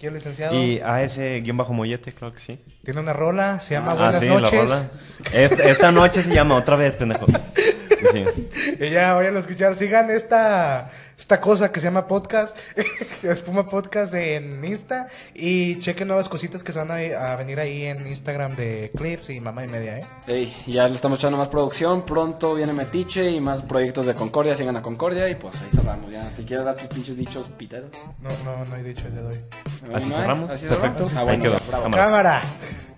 Speaker 1: Quiero licenciado.
Speaker 3: Y a ese guión bajo mollete, creo que sí.
Speaker 1: Tiene una rola, se llama
Speaker 3: Ah,
Speaker 1: Buenas
Speaker 3: sí, la
Speaker 1: noches.
Speaker 3: rola. Esta, esta noche se llama otra vez, pendejo. Sí.
Speaker 1: Y ya vayan a escuchar. Sigan esta, esta cosa que se llama podcast, (laughs) Espuma Podcast en Insta. Y chequen nuevas cositas que se van a, a venir ahí en Instagram de clips y mamá y media, ¿eh?
Speaker 2: Ey, ya le estamos echando más producción. Pronto viene Metiche y más proyectos de Concordia. Sigan a Concordia y pues ahí cerramos ya. Si quieres dar tus pinches dichos piteros.
Speaker 1: No, no, no he dicho, le doy.
Speaker 3: Así
Speaker 2: ¿No hay?
Speaker 3: cerramos.
Speaker 2: ¿Así
Speaker 3: Perfecto.
Speaker 2: cerramos? Ah,
Speaker 3: Ahí
Speaker 2: bueno,
Speaker 3: quedó.
Speaker 2: bravo.
Speaker 3: Cámara.
Speaker 1: Cámara.